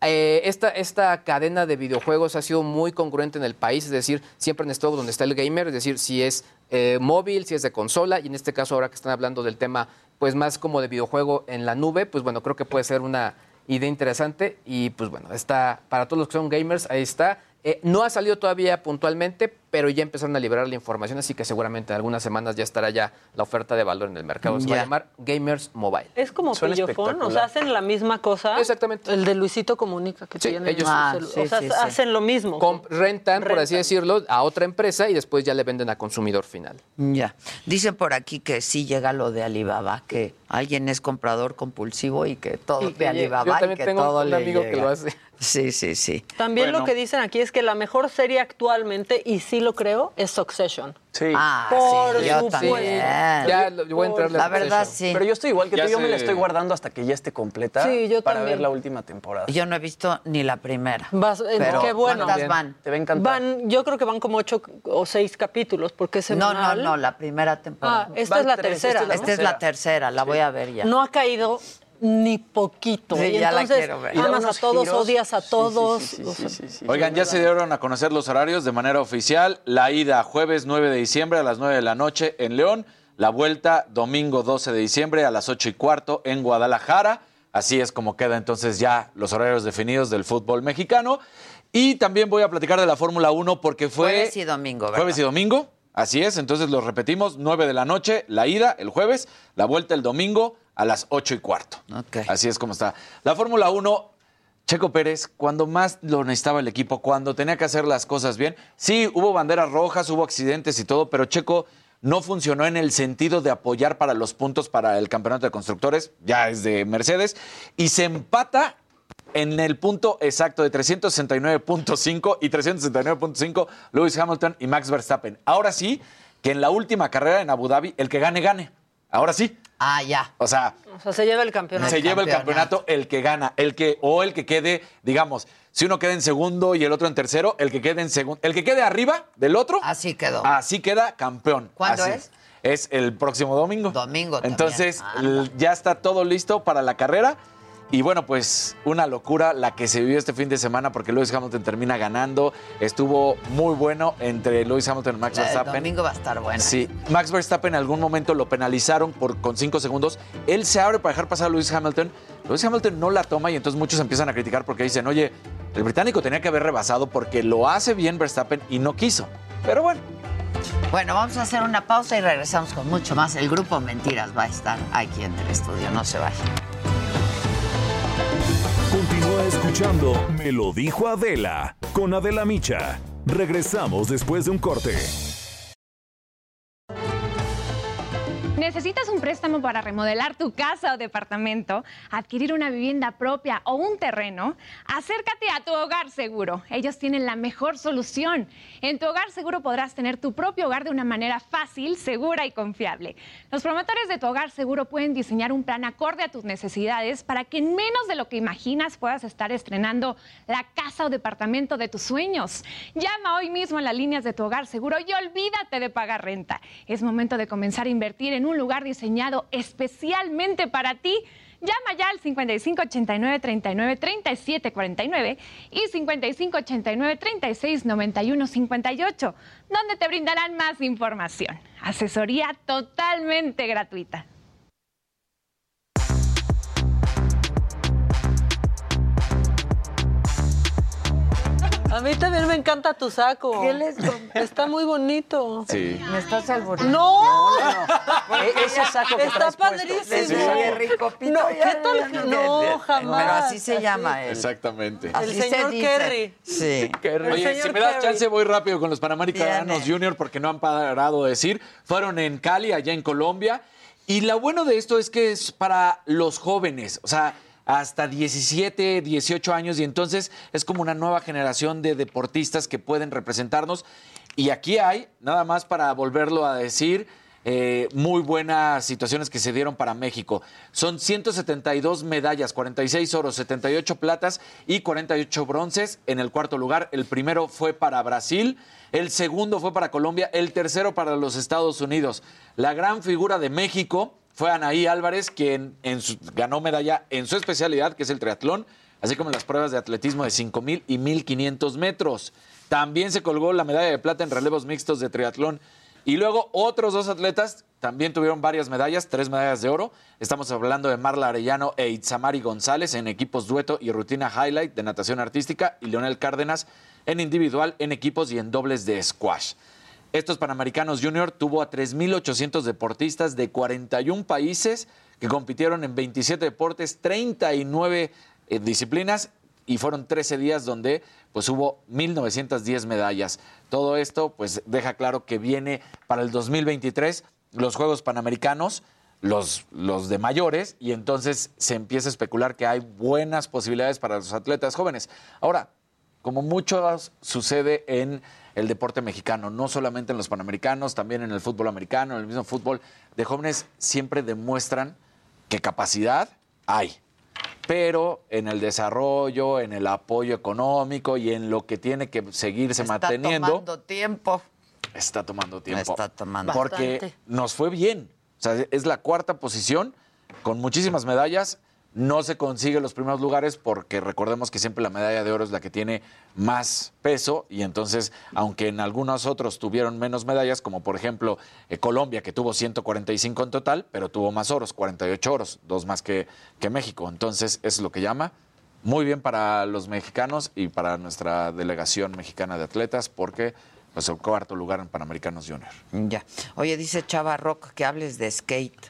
Eh, esta, esta cadena de videojuegos ha sido muy congruente en el país, es decir, siempre en esto donde está el gamer, es decir, si es eh, móvil, si es de consola, y en este caso ahora que están hablando del tema pues más como de videojuego en la nube, pues bueno, creo que puede ser una idea interesante y pues bueno, está para todos los que son gamers, ahí está. Eh, no ha salido todavía puntualmente, pero ya empezaron a liberar la información, así que seguramente en algunas semanas ya estará ya la oferta de valor en el mercado. Se va
Ya.
a llamar Gamers Mobile.
Es como
Suena
pillofón, o sea,
espectacular.
hacen la misma cosa. Exactamente. El de Luisito Comunica que
Sí,
tiene.
ellos-
en su
Ah,
celu-
sí,
o sea,
sí, sí.
hacen lo mismo.
Com- rentan, por así decirlo, a otra empresa y después ya le venden a consumidor final.
Ya. Dicen por aquí que sí llega lo de Alibaba, que alguien es comprador compulsivo y que todo
Y que
de
lle-
Alibaba
yo
y
también
que
tengo
todo
un
le
amigo que
llega.
lo hace.
Sí, sí, sí.
También lo
Bueno.
que dicen aquí es que la mejor serie actualmente, y sí lo creo, es Succession.
Sí.
Ah,
Por
sí, yo
supuesto.
también.
Ya lo- yo voy a entrarle a
La verdad, sí.
Pero yo estoy igual que
Ya
tú, yo me la
sé.
estoy guardando hasta que ya esté completa
Sí, yo
para
también.
ver la última temporada.
Yo no he visto ni la primera.
Vas- eh,
Pero,
qué bueno.
¿Cuántas van?
Te va a encantar.
Van, yo creo que van como ocho o seis capítulos, porque es
No, no,
semanal.
no, la primera temporada.
Ah, esta Van es la tres, tercera, esta es la
Esta es
tercera.
la tercera, la voy a ver ya.
No ha caído ni poquito.
Sí,
y
ya la
entonces
quiero ver. Y da
amas a
unos
todos,
giros.
odias a todos. o sea,
Oigan, ya se dieron a conocer los horarios de manera oficial. La ida jueves 9 de diciembre a las 9 de la noche en León. La vuelta domingo 12 de diciembre a las 8 y cuarto en Guadalajara. Así es como queda entonces ya los horarios definidos del fútbol mexicano. Y también voy a platicar de la Fórmula 1 porque fue...
Jueves y domingo, ¿verdad?
Jueves y domingo, así es. Entonces lo repetimos, 9 de la noche, la ida el jueves, la vuelta el domingo a las 8 y cuarto. Así es como está. La Fórmula 1, Checo Pérez, cuando más lo necesitaba el equipo, cuando tenía que hacer las cosas bien, sí, hubo banderas rojas, hubo accidentes y todo, pero Checo no funcionó en el sentido de apoyar para los puntos para el campeonato de constructores, ya es de Mercedes, y se empata en el punto exacto de 369.5 y 369.5 Lewis Hamilton y Max Verstappen. Ahora sí, que en la última carrera en Abu Dhabi, el que gane, gane. Ahora sí.
Ah, ya.
O sea,
o sea, se lleva el campeonato.
se lleva el campeonato el que gana, el que o el que quede, digamos, si uno queda en segundo y el otro en tercero, el que quede en segundo, el que quede arriba del otro,
así quedó.
Así queda campeón.
¿Cuándo
Así.
es?
Es el próximo domingo. Domingo.
también.
Entonces, l- ya está todo listo para la carrera. Y bueno, pues una locura la que se vivió este fin de semana porque Lewis Hamilton termina ganando. Estuvo muy bueno entre Lewis Hamilton y Max
El
Verstappen.
domingo va a estar bueno.
Sí, Max Verstappen en algún momento lo penalizaron por, con cinco segundos. Él se abre para dejar pasar a Lewis Hamilton. Lewis Hamilton no la toma y entonces muchos empiezan a criticar porque dicen, oye, el británico tenía que haber rebasado porque lo hace bien Verstappen y no quiso. Pero bueno.
Bueno, vamos a hacer una pausa y regresamos con mucho más. El grupo Mentiras va a estar aquí en el estudio, no se vayan.
Continúa escuchando Me lo dijo Adela con Adela Micha. Regresamos después de un corte.
¿Necesitas un préstamo para remodelar tu casa o departamento, adquirir una vivienda propia o un terreno? Acércate a tu hogar seguro. Ellos tienen la mejor solución. En tu hogar seguro podrás tener tu propio hogar de una manera fácil, segura y confiable. Los promotores de tu hogar seguro pueden diseñar un plan acorde a tus necesidades para que en menos de lo que imaginas puedas estar estrenando la casa o departamento de tus sueños. Llama hoy mismo a las líneas de tu hogar seguro y olvídate de pagar renta. Es momento de comenzar a invertir en un lugar diseñado especialmente para ti. Llama ya al 55 89 39 37 49 y 55 89 36 91 58, donde te brindarán más información. Asesoría totalmente gratuita.
A mí también me encanta tu saco.
¿Qué les
Está muy bonito.
Sí.
¿Me estás alborotando?
¡No!
E- ese saco que
Está
traes puesto,
padrísimo.
ese de rico pito,
No,
ya
¿qué tal?
no,
que-
no,
No,
no,
jamás.
pero así se llama eh. él.
Exactamente.
Así
El
se
señor
dice.
Kerry.
Sí.
El
Oye,
señor
si me das
Kerry.
chance, voy rápido con los Panamericanos
Viene.
Junior porque no han parado de decir. Fueron en Cali, allá en Colombia. Y lo bueno de esto es que es para los jóvenes, o sea, hasta 17, 18 años. Y entonces es como una nueva generación de deportistas que pueden representarnos. Y aquí hay, nada más para volverlo a decir, eh, muy buenas situaciones que se dieron para México. Son 172 medallas, 46 oros, 78 platas y 48 bronces en el cuarto lugar. El primero fue para Brasil, el segundo fue para Colombia, el tercero para los Estados Unidos. La gran figura de México fue Anaí Álvarez, quien en su- ganó medalla en su especialidad, que es el triatlón, así como en las pruebas de atletismo de 5.000 y 1.500 metros. También se colgó la medalla de plata en relevos mixtos de triatlón. Y luego otros dos atletas también tuvieron varias medallas, tres medallas de oro. Estamos hablando de Marla Arellano e Itzamari González en equipos dueto y rutina highlight de natación artística y Leonel Cárdenas en individual, en equipos y en dobles de squash. Estos Panamericanos Junior tuvo a 3.800 deportistas de 41 países que compitieron en 27 deportes, 39 eh, disciplinas y fueron 13 días donde pues hubo 1910 medallas. Todo esto pues deja claro que viene para el 2023 los Juegos Panamericanos, los, los de mayores y entonces se empieza a especular que hay buenas posibilidades para los atletas jóvenes. Ahora, como mucho sucede en el deporte mexicano, no solamente en los panamericanos, también en el fútbol americano, en el mismo fútbol de jóvenes, siempre demuestran que capacidad hay. Pero en el desarrollo, en el apoyo económico y en lo que tiene que seguirse
Está
manteniendo,
tomando tiempo.
está tomando tiempo.
Está tomando
Porque
Bastante.
nos fue bien. O sea, es la cuarta posición con muchísimas medallas. No se consigue los primeros lugares porque recordemos que siempre la medalla de oro es la que tiene más peso y entonces, aunque en algunos otros tuvieron menos medallas, como por ejemplo eh, Colombia, que tuvo 145 en total, pero tuvo más oros, 48 oros, dos más que, que México. Entonces, es lo que llama muy bien para los mexicanos y para nuestra delegación mexicana de atletas porque pues, el cuarto lugar en Panamericanos Junior.
Ya. Oye, dice Chava Rock que hables de skate.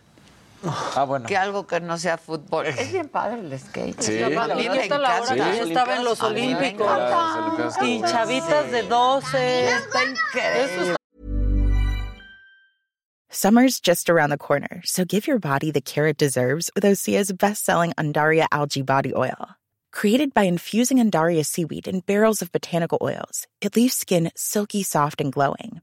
Ah, bueno.
Que algo que no sea fútbol. Es bien padre el skate.
Sí.
A mí
La
me
verdad, hasta la hora
encanta.
que yo estaba en los
A mí me
Olímpicos.
encanta.
Y chavitas de 12.
Está increíble.
Summer's just around the corner, so give your body the care it deserves with Osea's best-selling Andaria algae body oil. Created by infusing Andaria seaweed in barrels of botanical oils, it leaves skin silky soft and glowing.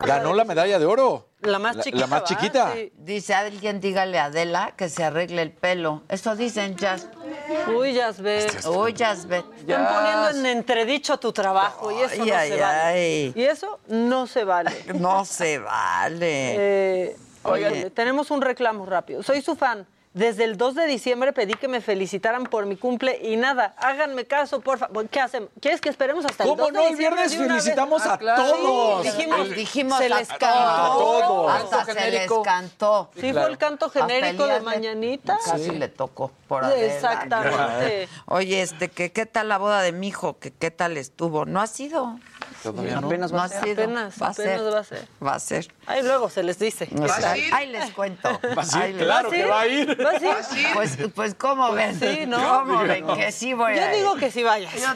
Ganó la medalla de oro.
La más
La-
chiquita.
la más
¿va?
chiquita.
Sí.
Dice alguien, dígale a Adela que se arregle el pelo. Eso dicen Jazz.
Uy, Jasbet.
Uy, Jasbet.
Están poniendo en entredicho tu trabajo y eso
Ay,
no
ay,
se vale.
ay.
Y eso no se vale.
No se vale.
Eh, oigan, tenemos un reclamo rápido. Soy su fan. Desde el 2 de diciembre pedí que me felicitaran por mi cumple y nada, háganme caso, por favor. ¿Qué hacen? ¿Quieres que esperemos hasta el 2
¿Cómo
de
no? El
diciembre de
viernes
una vez? Ah,
felicitamos a todos.
Sí, dijimos,
El-
Dijimos
se
a
les
todos,
cantó.
Hasta
Canto
se les
genérico.
cantó.
Sí, fue el canto
Hasta
genérico de
Elías le-
mañanita.
Casi le tocó por Adela.
Exactamente.
Oye, este, que qué tal la boda de mi hijo, que qué tal estuvo. No ha sido.
Todavía no.
Apenas va a
No ha
ser.
sido.
Apenas,
va a
apenas
ser.
va a ser.
Va a ser.
Ahí luego se les dice.
Exacto. Ahí les cuento.
¿Vas a ir?
Ahí les-
Claro ¿Vas a que ir? va a ir. ¿Vas a ir? ¿Vas a ir?
Pues, pues ¿cómo
Pues
ven?
sí, ¿no?
¿Cómo
Yo
ven?
digo-
Que sí voy
Yo
a ir.
digo que sí vayas.
Yo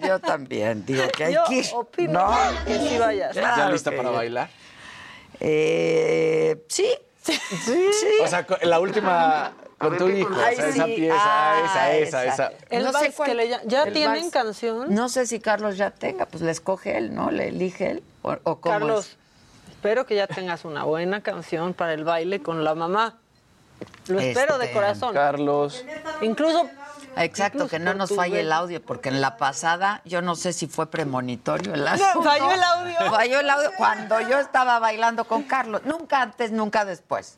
yo también. Digo que hay
Yo
que ir.
opino
No.
que sí vayas.
¿Ya
Claro
lista
que
para
ya.
bailar?
Eh, sí. Sí.
O sea, co- la última con tu hijo. o
Ay,
sea, esa
sí.
pieza,
Ah,
esa, esa, esa.
El
No sé
vals
cuál-
que le ll- ¿Ya
el
tienen
vals.
canción?
No sé si Carlos ya tenga, pues la escoge él, ¿no? Le elige él. ¿O, o cómo
Carlos,
es?
espero que ya tengas una buena canción para el baile con la mamá. Lo espero de
Este,
corazón.
Carlos.
Incluso
Exacto, que no nos falle el audio, porque en la pasada yo no sé si fue premonitorio el asunto.
falló el audio.
Falló el audio cuando yo estaba bailando con Carlos. Nunca antes, nunca después.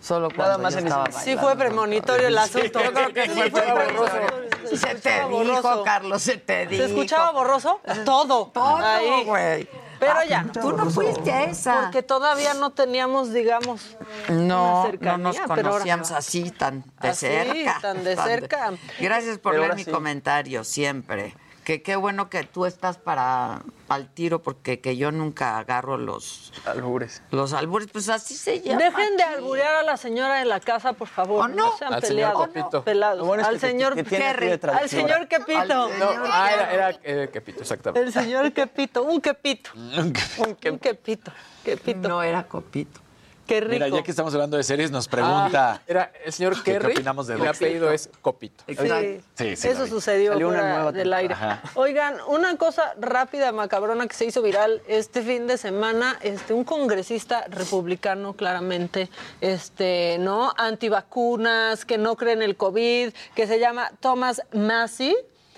Solo cuando
Nada más
yo
en
estaba
ese-
sí
bailando
fue
con
premonitorio el
Carlos.
asunto.
Yo creo que
Sí,
fue premonitorio.
premonitorio.
Se te
escuchaba
dijo,
borroso.
Carlos, se te dijo.
Se escuchaba borroso todo.
Todo,
ahí.
güey.
Pero
Ah,
ya.
Tú no fuiste a esa.
Porque todavía no teníamos, digamos, una
No, no
cercanía,
nos
pero ahora
conocíamos
se va.
así tan de
Así,
cerca.
tan de cerca.
Gracias por
Pero
leer
ahora
mi
sí.
comentario siempre. Que qué bueno que tú estás para al tiro porque que yo nunca agarro los
albures.
Los albures, pues así se llama.
Dejen de alburear a la señora de la casa, por favor.
¿O no?
se han
Al señor
peleado.
Pepito.
Pelados.
Lo bueno es
al
que-
señor
que tiene aquí de
Kerry. Al
traductora.
señor Quepito.
Al
No,
señor-
ah, era, era, era Quepito, exactamente.
El señor Quepito. Un Quepito. Un Quepito. Quepito.
No era copito.
Qué rico.
Mira, ya que estamos hablando de series, nos pregunta.
Era el señor
¿Qué- qué
Kerry.
opinamos de
y el
Dexter?
apellido es Copito.
Sí,
Sí, sí,
eso
la vi.
sucedió
Salió una
fuera
nueva
del aire.
Ajá.
Oigan, una cosa rápida, macabrona, que se hizo viral este fin de semana, este, un congresista republicano, claramente, este, ¿no? Antivacunas, que no cree en el COVID, que se llama Thomas Massey,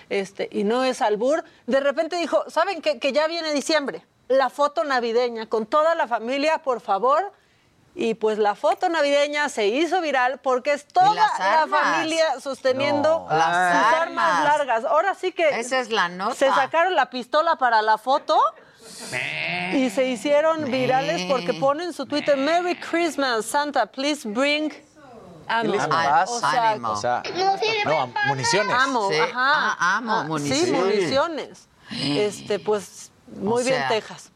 este, y no es albur, de repente dijo, ¿saben qué? Que ya viene diciembre, la foto navideña, con toda la familia, por favor. Y pues la foto navideña se hizo viral porque es toda
las
la
armas?
familia sosteniendo
No, las
sus
armas.
armas largas. Ahora sí que
Esa es la nota.
se sacaron la pistola para la foto y se hicieron virales porque ponen su Twitter Merry Christmas Santa, please bring amo.
les
o
pasa?
sea,
Ánimo.
O sea, no, municiones.
amo,
Sí.
ajá.
Ah, amo,
sí,
municiones.
municiones. Este, pues muy
O
bien
sea,
Texas.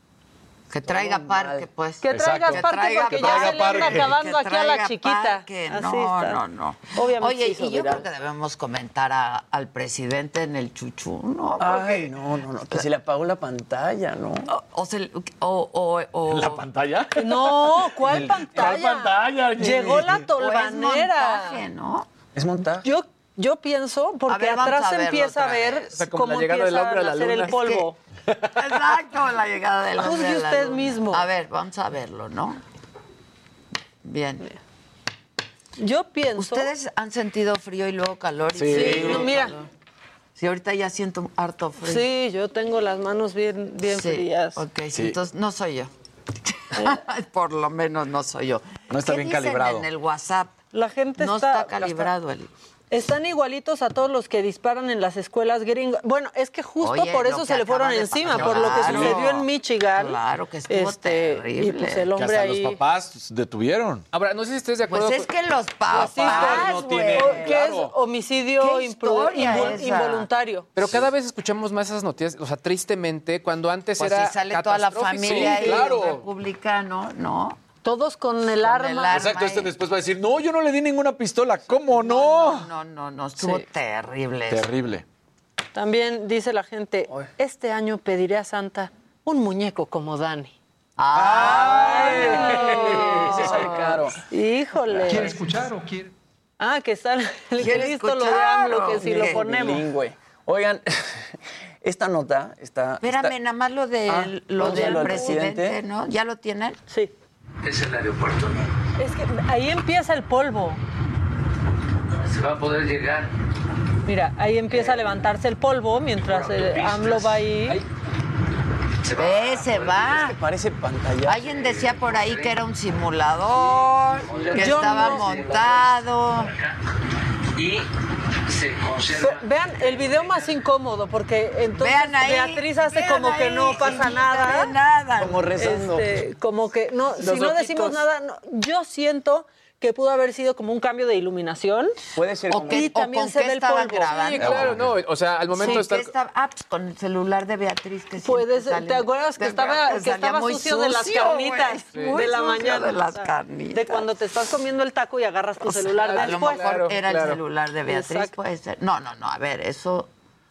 Que traiga parque, pues.
Que traigas
Que
parque
traiga
porque
parque.
ya se le anda
Que
acabando aquí a la
traiga
chiquita.
parque.
Así
No,
está.
no, no.
Obviamente se
Oye,
hizo
y yo
viral.
creo que debemos comentar a- al presidente en el chuchu, ¿no?
Ay, no, no, no. Que se le apagó la pantalla, ¿no?
O, o se- o- o- o-
¿La pantalla?
No, ¿cuál pantalla?
pantalla, Jenny?
Llegó la
o es
tolvanera.
montaje, ¿no?
Es montaje.
Yo, yo pienso, porque
ver, vamos
atrás
a
se
verlo
empieza a
otra vez.
ver
O
sea, como
cómo
la llegada del
empieza a
hombre a la
nacer el
luna.
polvo.
Exacto, la llegada de la
Juzgue
de la
usted
luna.
mismo.
A ver, vamos a verlo, ¿no? Bien.
Yo pienso.
¿Ustedes han sentido frío y luego calor? y
Sí,
frío y luego
mira.
calor? Sí, ahorita ya siento harto frío.
Sí, yo tengo las manos bien, bien
Sí,
frías.
Ok, entonces no soy yo. Por lo menos no soy yo.
No está
¿Qué
bien
dicen
calibrado.
En el WhatsApp.
La gente
no
está,
está, calibrado el.
Están igualitos a todos los que disparan en las escuelas gringas. Bueno, es que justo
Oye,
por
lo
eso
que
se le fueron
acaba de
encima,
pasar.
por lo que
Claro.
sucedió en Michigan.
Claro, que estuvo terrible.
Y pues el
Que
hombre
hasta los
ahí.
papás detuvieron.
Ahora, no sé si estés de acuerdo.
Pues es que los papás,
Así es,
no
güey.
tienen-
o- que es
Claro.
homicidio imprude-
¿Qué historia
invol-
esa?
involuntario.
Pero cada vez escuchamos más esas noticias, o sea, tristemente, cuando antes
Pues
era.
si sale toda la
catastrófico.
familia
Sí,
ahí,
claro.
los republicanos, ¿no?
Todos con el
Con el
arma.
arma.
Exacto, este
eh.
después va a decir, no, yo no le di ninguna pistola. ¿Cómo no?
No, no, no, no, estuvo terrible. eso.
Terrible.
También dice la gente, este año pediré a Santa un muñeco como Dani.
Se sale caro.
Híjole.
¿Quiere escuchar o quiere?
Ah, que está el que
¿Quiere
listo lo de
escuchar
AMLO,
o
que si
qué?
lo ponemos.
Bilingüe. Oigan, esta nota está.
Espérame,
está-
nada más lo, de,
Ah,
lo
vamos a
del
hablar del
presidente,
presidente.
¿no? ¿Ya lo tienen?
Sí.
Es el aeropuerto, ¿no?
Es que ahí empieza el polvo.
Se va a poder llegar.
Mira, ahí empieza a levantarse el polvo mientras el AMLO va ahí.
Se
Ve, se va.
Parece pantalla.
Alguien decía por ahí que era un simulador, que
Yo
estaba
no.
montado.
Y se conserva.
Ve- Vean el video más incómodo porque entonces
Vean ahí.
Beatriz hace
vean
como que
ahí,
no pasa
sí,
nada.
no ve nada.
Como rezando.
Este, como que no, si no
ojitos.
decimos nada, no. yo siento que pudo haber sido como un cambio de iluminación.
Puede ser.
O que, también
con
se
qué
ve el
estaba
polvo.
grabando.
Sí, claro, no. O sea, al momento
Sí,
de estar.
que estaba- ah, pues, con el celular de Beatriz que
Puedes-
siempre sale-
¿te acuerdas que
de- pues,
estaba- que
salía
estaba
muy
sucio de las
sucio,
carnitas
güey,
de
muy
la
sucio
mañana?
de las
O sea,
carnitas.
De cuando te estás comiendo el taco y agarras tu
O sea,
celular
a lo
después.
mejor era el celular de Beatriz,
Exacto.
puede ser. No, no, Pues no, a ver, eso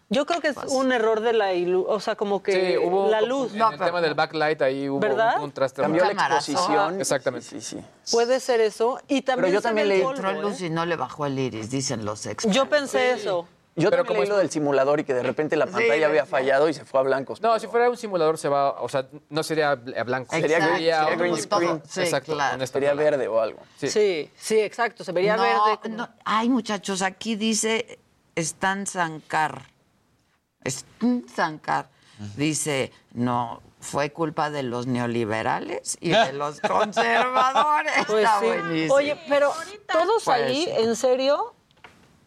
Yo creo que es un error de la ilu- o sea, como que
Sí, hubo
la luz.
En el tema del backlight ahí hubo
¿Verdad?
un contraste.
Cambió la
Camarazo. exposición.
Exactamente.
Sí, sí.
Puede ser eso. Y también se ve el polvo,
entró
¿eh?
luz y no le bajó el iris, dicen los expertos.
Yo pensé eso.
Yo también leí lo del simulador y que de repente la pantalla había fallado y se fue a blancos.
No, si fuera un simulador se va, o sea, no sería a blanco.
Sería
Exacto.
green- sería green
un-
screen. Sí,
Exacto.
claro.
con esta
Sería
tela.
verde o algo.
Sí.
Sí, sí, exacto. Se vería
No,
verde. como-
no, Ay, muchachos, aquí dice Stan Zancar. Stan Zancar. Dice, no, fue culpa de los neoliberales y de los conservadores.
Pues
Está
sí.
buenísimo.
Oye, pero todos
Pues
ahí,
sí.
en serio,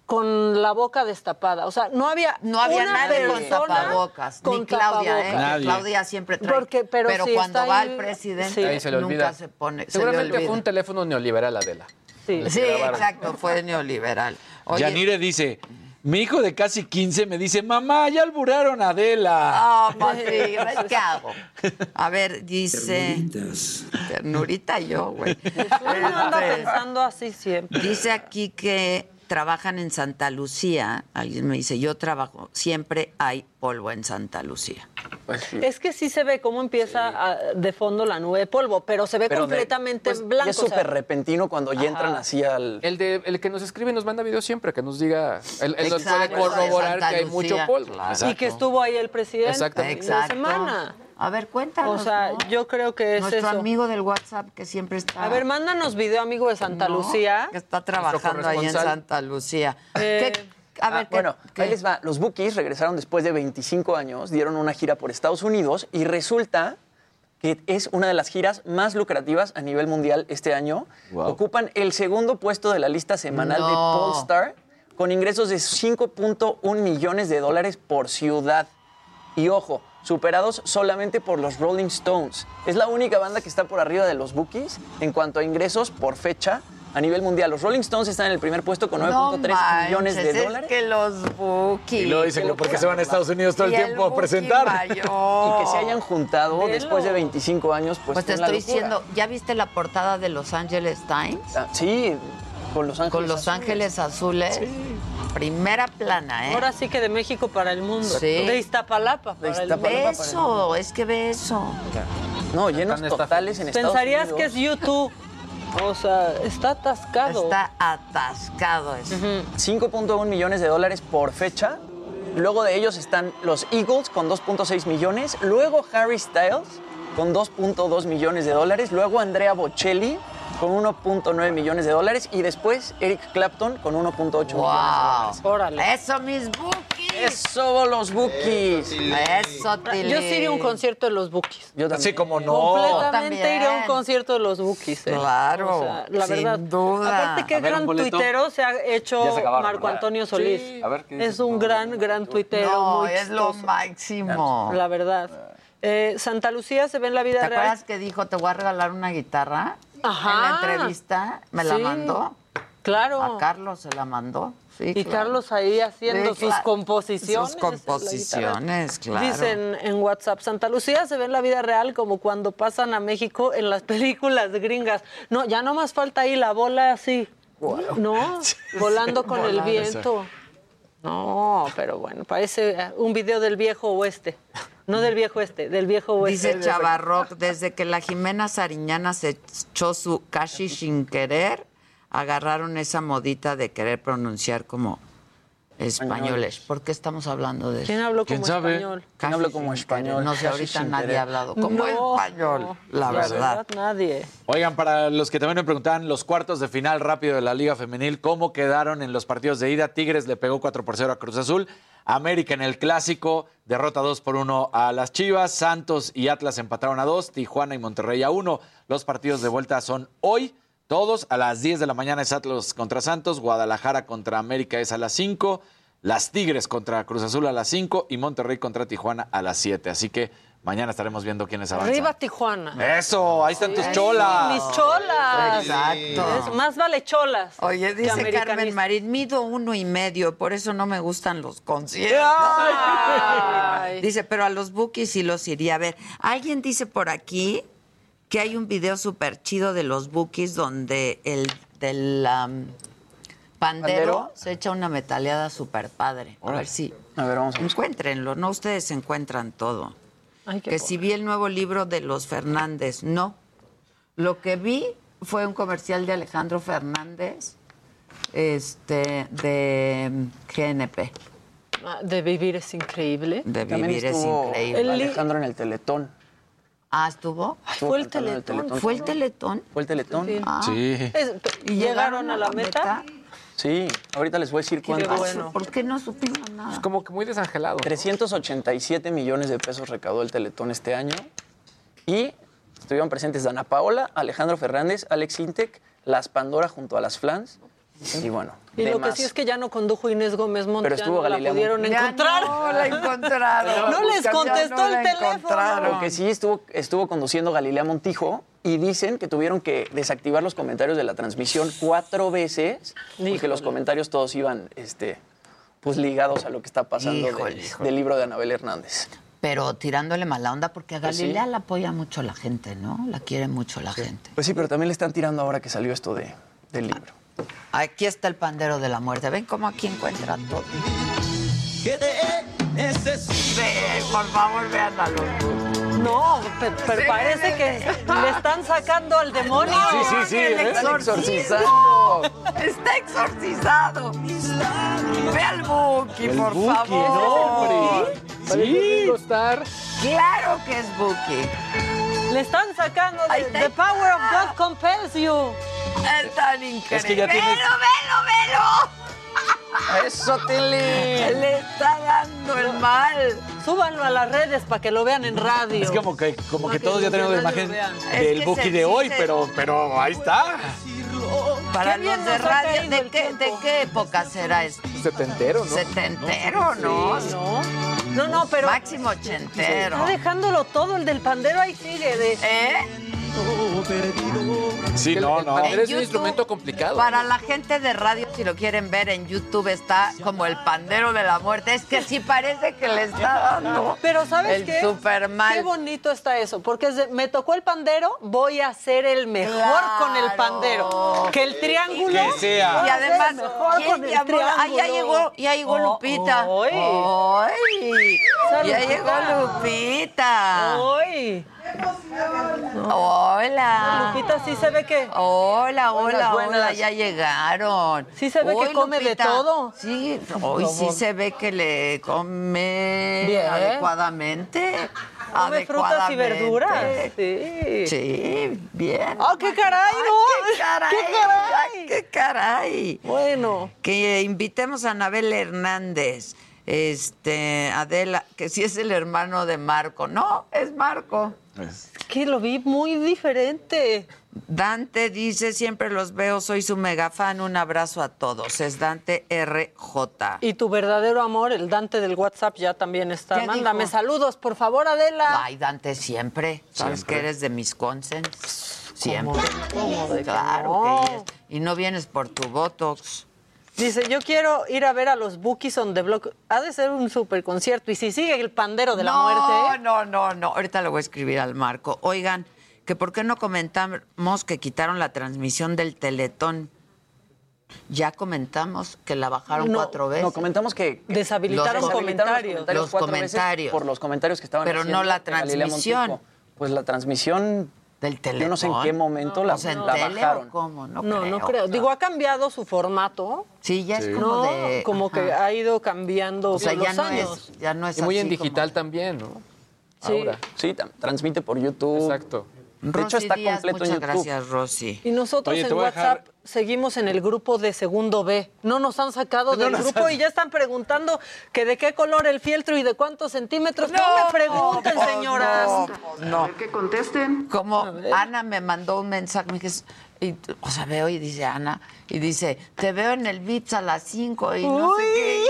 con la boca destapada. O sea, no había
No había
una
nadie con
persona
tapabocas,
con
ni Claudia, ¿eh?
tapabocas.
Que Claudia siempre trae.
Porque- pero sí
cuando
está
va
ahí-
el presidente,
sí.
Ahí se le olvida.
nunca se pone. se le
Seguramente
olvida.
fue un teléfono neoliberal, Adela.
Sí.
Les
Sí,
grabaron.
exacto, fue neoliberal. Oye,
Yanire dice, mi hijo de casi 15 me dice, mamá, ya alburaron a Adela.
Ah, Patri, ¿ves ¿qué hago? A ver, dice. Ternurita yo, güey.
Uno anda
Este,
pensando así siempre.
Dice aquí que trabajan en Santa Lucía. Alguien me dice, yo trabajo, siempre hay polvo en Santa Lucía.
Pues,
Es que sí se ve cómo empieza a- de fondo la nube de polvo, pero se ve
Pero de-
completamente
pues,
blanco.
y es
o sea,
súper repentino cuando ya entran así al...
El, de, el que nos escribe y nos manda videos siempre, que nos diga, él, él nos puede
Exacto,
corroborar
de Santa
que hay mucho
Lucía,
polvo.
claro.
y que estuvo ahí el presidente
Exactamente.
la semana.
A ver,
O
cuéntanos.
sea,
¿no?
yo creo que es
Nuestro
eso.
amigo del WhatsApp que siempre está.
A ver, mándanos video, amigo de Santa
¿no?
Lucía.
Que está trabajando ahí en
corresponsal.
Santa Lucía.
Eh,
¿Qué- a ver,
Ah,
¿qué-
bueno,
qué?
ahí les va. Los Bookies regresaron después de 25 años, dieron una gira por Estados Unidos y resulta que es una de las giras más lucrativas a nivel mundial este año. Ocupan el segundo puesto de la lista semanal de
No.
Polestar con ingresos de 5.1 millones de dólares por ciudad. Y ojo, superados solamente por los Rolling Stones. Es la única banda que está por arriba de los Bookies en cuanto a ingresos por fecha a nivel mundial. Los Rolling Stones están en el primer puesto con 9.3 millones de
manches, es
dólares.
que los bookies.
Y luego dicen que porque se van a Estados Unidos todo el
Y
tiempo a
Buki
presentar.
mayor.
Y que se hayan juntado después de 25 años, pues,
Pues te
fue una
estoy
locura.
diciendo, ¿ya viste la portada de Los Angeles Times?
Ah, Sí, con Los Ángeles.
Con Los
Azules.
Ángeles Azules. Primera plana, ¿eh?
Ahora sí que de México para el mundo.
Sí.
De Iztapalapa para
De
el
Iztapalapa.
mundo.
ve eso, es que ve eso.
No, llenos
Están
totales en Estados
Pensarías que
Unidos.
es YouTube. O sea, está atascado.
Está atascado eso.
5.1 millones de dólares por fecha. Luego de ellos están los Eagles con 2.6 millones. Luego Harry Styles con 2.2 millones de dólares. Luego Andrea Bocelli con 1.9 millones de dólares. Y después Eric Clapton con 1.8 millones de dólares.
¡Wow!
Órale.
¡Eso, mis bookies!
¡Eso, los bookies!
¡Eso, Tilly!
Yo sí iría a un concierto de los Bookies.
Yo también.
Así como no.
Completamente
También.
iría a un concierto de los Bookies. eh.
Claro,
O sea, la
sin
verdad.
duda.
Aparte, qué
A ver, un
gran
boleto.
tuitero se ha hecho
Ya se acabaron,
Marco
¿verdad?
Antonio Solís.
A ver, ¿qué dices?
es un gran, gran tuitero.
No,
muy
es lo
chistoso,
máximo.
La verdad. Eh, Santa Lucía se ve en la vida
¿Te
real.
acuerdas que dijo, te voy a regalar una guitarra?
Ajá.
En la entrevista me la
Sí,
mandó.
Claro.
A Carlos se la mandó. Sí,
Y
claro.
Carlos ahí haciendo
Sí,
sus
claro.
composiciones.
Sus
en la guitarra.
composiciones, claro.
Dicen en WhatsApp, Santa Lucía se ve en la vida real como cuando pasan a México en las películas gringas. No, ya no más falta ahí la bola así. No, volando con el viento. No, pero bueno, parece eh, un video del viejo oeste. No del viejo este, del viejo oeste.
Dice Chavarroc, desde que la Jimena Sariñana se echó su casi sin querer, agarraron esa modita de querer pronunciar como españoles. ¿Por qué estamos hablando de
¿Quién
eso?
habló
¿Quién
como
sabe?
español?
Casi
habla como
sin querer.
español?
No sé,
Casi
ahorita
sin
nadie
querer.
ha hablado como
No,
español, la
no,
verdad.
Nadie.
Oigan, para los que también me preguntaban, los cuartos de final rápido de la Liga Femenil, ¿cómo quedaron en los partidos de ida? Tigres le pegó 4 por 0 a Cruz Azul. América en el clásico, derrota 2 por 1 a las Chivas. Santos y Atlas empataron a 2. Tijuana y Monterrey a 1. Los partidos de vuelta son hoy. Todos a las 10 de la mañana es Atlas contra Santos, Guadalajara contra América es a las 5, las Tigres contra Cruz Azul a las 5 y Monterrey contra Tijuana a las 7. Así que Mañana estaremos viendo quiénes avanzan.
Arriba Tijuana.
Eso, ahí están tus
Sí,
cholas.
Mis cholas.
Exacto.
Es- Más vale cholas.
Oye,
que
dice
americanistas.
Carmen Marín, mido uno y medio, por eso no me gustan los conciertos.
Ay.
Dice, pero a los bookies sí los iría a ver. Alguien dice por aquí que hay un video súper chido de los bookies donde el del am, pandero
¿Pandero?
se echa una metaleada súper padre. A ver si
A ver, vamos a ver.
encuéntrenlo, no ustedes encuentran todo.
Ay, qué
que si vi el nuevo libro de los Fernández, no. Lo que vi fue un comercial de Alejandro Fernández este de mm, GNP.
Ah, De vivir es increíble.
De
También
vivir es
estuvo
increíble.
El li-
Alejandro en el Teletón.
Ah, estuvo.
Estuvo
fue el
cantando en
Teletón,
¿Fue el teletón?
Fue el Teletón.
Sí.
Ah.
Sí.
Es- ¿Y llegaron a la meta?
Sí, ahorita les voy a decir cuánto.
bueno.
¿Por qué no supimos nada?
Como que muy desangelado.
387 millones de pesos recaudó el Teletón este año. Y estuvieron presentes Dana Paola, Alejandro Fernández, Alex Intec, Las Pandora junto a Las Flans. Y bueno,
Y
de
lo que
más.
sí es que ya no condujo Inés Gómez Montano.
estuvo
la
Galilea
pudieron
Montijo.
Ya
encontrar.
No la encontraron.
No les
Ya
contestó
no
el
la
teléfono.
encontraron.
Lo que sí estuvo, estuvo conduciendo Galilea Montijo y dicen que tuvieron que desactivar los comentarios de la transmisión cuatro veces porque los comentarios todos iban este, pues ligados a lo que está pasando de-
Híjole, híjole.
del libro de Anabel Hernández.
Pero tirándole mala onda porque a
Pues sí.
Galilea la apoya mucho la gente, ¿no? La quiere mucho la gente.
Pues sí, pero también le están tirando ahora que salió esto de, del libro.
Aquí está el pandero de la muerte. Ven cómo aquí encuentra todo. Ve, por favor, vean a los.
No, pe- pero parece que le están sacando al demonio.
Sí, sí, sí. ¿eh?
Están
exorcismo.
exorcizando.
Está exorcizado. Ve al Buki,
El
por
Buki,
favor.
no, hombre.
Parece Ringo Starr.
Claro que es Buki.
Le están sacando. de-
Ahí está.
The power of God compels you.
Es tan increíble.
que ya tienes-
¡Velo, velo,
¡Eso,
velo!
Tilly!
Le está dando el mal.
Súbanlo a las redes para que lo vean en radio.
Es como que, como
Para
que
que
todos ya
los
tenemos la
demás
imagen
lo vean.
Es que
del Buki
se
de hoy,
exige.
pero, pero ahí está.
Para
Qué bien
los de
nos ha
radio,
caído
¿de
el
qué,
tiempo.
¿de qué época será esto?
Setentero, ¿no?
¿Setentero, no?
No, no, no, pero
Máximo ochentero.
está dejándolo todo. El del pandero ahí sigue. De...
¿Eh?
Sí, no, no.
Pero
En
es un instrumento complicado.
Para la gente de radio, si lo quieren ver en YouTube, está como el pandero de la muerte. Es que sí parece que le está dando.
Pero ¿sabes
el
qué?
Super
Qué bonito está eso, porque es de, me tocó el pandero, voy a ser el mejor
Claro.
con el pandero. Que el triángulo
Que sea.
voy
Y
a
además,
ser mejor
¿quién
con el
llamó? Ah, ya
triángulo.
llegó, ya llegó
Oh,
Lupita.
hoy.
Ay,
Esa
Ya
Lupita.
llegó Lupita.
Hoy.
Hola.
Lupita sí se ve que
Hola, hola,
buenas.
hola, ya llegaron.
Sí se ve que
Hoy,
come de
Lupita,
todo.
Sí, hoy sí se ve que le come
Bien.
adecuadamente.
come frutas y
adecuadamente.
verduras. Sí.
Sí, bien.
¡Ah, qué caray,
Ay,
no!
¡Qué caray!
¡Qué caray!
ay, ¡Qué caray!
Bueno,
Que eh, invitemos a Anabel Hernández. Este, Adela, que sí es el hermano de Marco. No, es Marco.
es que lo vi muy diferente.
Dante dice, siempre los veo, soy su mega fan, un abrazo a todos. Es Dante RJ.
Y tu verdadero amor, el Dante del WhatsApp, ya también
¿Qué
está.
dijo?
Mándame saludos, por favor, Adela.
Ay, Dante, siempre. Sabes que eres de mis consens. Siempre. claro
no?
que yes. Y no vienes por tu Botox.
Dice, yo quiero ir a ver a los Bookies on the Block. Ha de ser un super concierto. Y si sigue el pandero de la
no,
muerte. ¿eh?
No, no, no. Ahorita le voy a escribir al Marco. Oigan, que por qué no comentamos que quitaron la transmisión del Teletón. Ya comentamos que la bajaron
No,
cuatro veces.
No, comentamos que que
Deshabilitaron
Los
comentarios.
comentarios. Los
cuatro veces
comentarios.
por los comentarios que estaban
Pero no
haciendo
la
de Galilea
transmisión.
Montijo. Pues la transmisión
del Teletón.
Yo no sé en qué momento la,
O sea, en
la
tele
bajaron.
o cómo, no,
No,
creo.
no creo. Digo, ha cambiado su formato.
sí, ya es como
No,
de
como
ajá.
que ha ido cambiando
o sea,
con
ya
los
no
años.
es ya no es
Y muy
así
en
como-
digital también, ¿no?
Sí.
Ahora.
Sí, tam- transmite por YouTube.
Exacto.
De hecho,
Rosy
está
Díaz,
completo
muchas
en YouTube.
gracias, Rosy.
Y nosotros
Oye,
en
te voy a
WhatsApp
dejar-
seguimos en el grupo de segundo B. No nos han sacado
No
del
nos
grupo
han-
y ya están preguntando que de qué color el fieltro y de cuántos centímetros. No, me pregunten,
pues,
señoras.
no, pues, no. que contesten. Como Ana me mandó un mensaje, me dije, y, o sea, veo y dice Ana, y dice, te veo en el Beats a las 5 y Ah. no sé qué.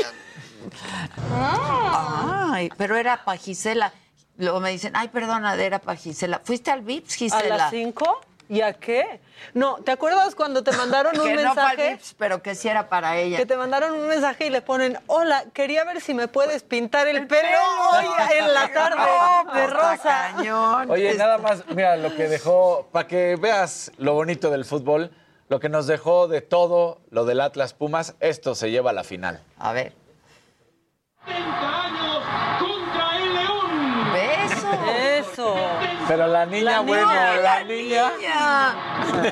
Ay, pero era para Gisela. Luego me dicen, ay, perdona, era para Gisela. ¿Fuiste al VIPS, Gisela?
¿A las 5? ¿Y a qué? No, ¿te acuerdas cuando te mandaron un
que
mensaje?
no fue al VIPS, pero que sí era para ella.
Que te mandaron un mensaje y le ponen, hola, quería ver si me puedes pintar el, pelo, hoy en la tarde Oh, de rosa.
Oye, nada más, mira, lo que dejó, para que veas lo bonito del fútbol, lo que nos dejó de todo, lo del Atlas Pumas, esto se lleva a la final.
A ver.
70 años contra el León.
Beso.
Eso.
Pero la niña,
La
bueno,
niña,
la niña.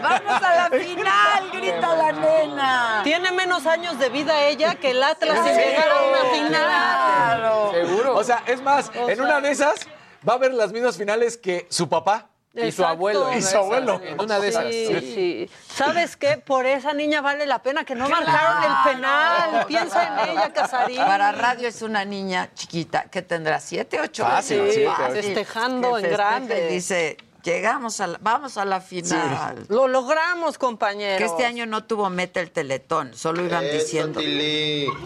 ¡Vamos a la final! ¡Grita la nena!
Tiene menos años de vida ella que el Atlas sin llegar a una final.
Claro.
Seguro. O sea, es más, en una de esas va a haber las mismas finales que su papá.
Y su abuelo.
Y su abuelo.
En una de esas.
Sí, sí. ¿Sabes qué? Por esa niña vale la pena que no marcaron el penal. Piensa en ella, Casarín.
Ah, Para radio es una niña chiquita que tendrá siete, ocho
Fácil,
años.
siete,
Fácil.
ocho.
Festejando
Que
en
festeja y
grande.
Dice, llegamos a la- vamos a la final.
Lo logramos, compañero.
Que este año no tuvo meta el teletón, solo iban diciendo.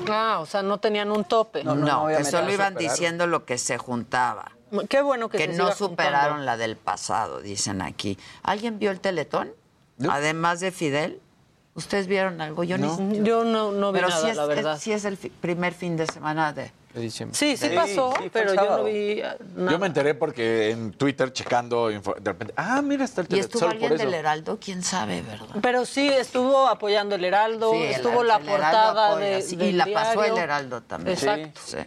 Ah, o sea, no tenían un tope.
No, que solo iban diciendo lo que se juntaba.
Qué bueno que,
que
se
no
siga
superaron
juntando.
la del pasado, dicen aquí. ¿Alguien vio el Teletón? Además de Fidel. ¿Ustedes vieron algo? Yo no.
Yo no, no vi
Pero
nada,
sí es,
la
es-
verdad.
sí es el fi- primer fin de semana de...
Sí, sí,
Sí,
pasó,
sí, fue
pero
el
yo no
sábado.
vi ah, nada.
Yo me enteré porque en Twitter checando info- de repente, ah, mira está el
¿Y
tele-
estuvo
solo por
alguien
eso.
del Heraldo? ¿Quién sabe, verdad?
Pero sí, estuvo apoyando el Heraldo,
Sí, el-
estuvo la
el Heraldo
portada
apoya,
de,
sí, Y
del
la pasó el
diario.
Heraldo también.
Exacto.
Sí.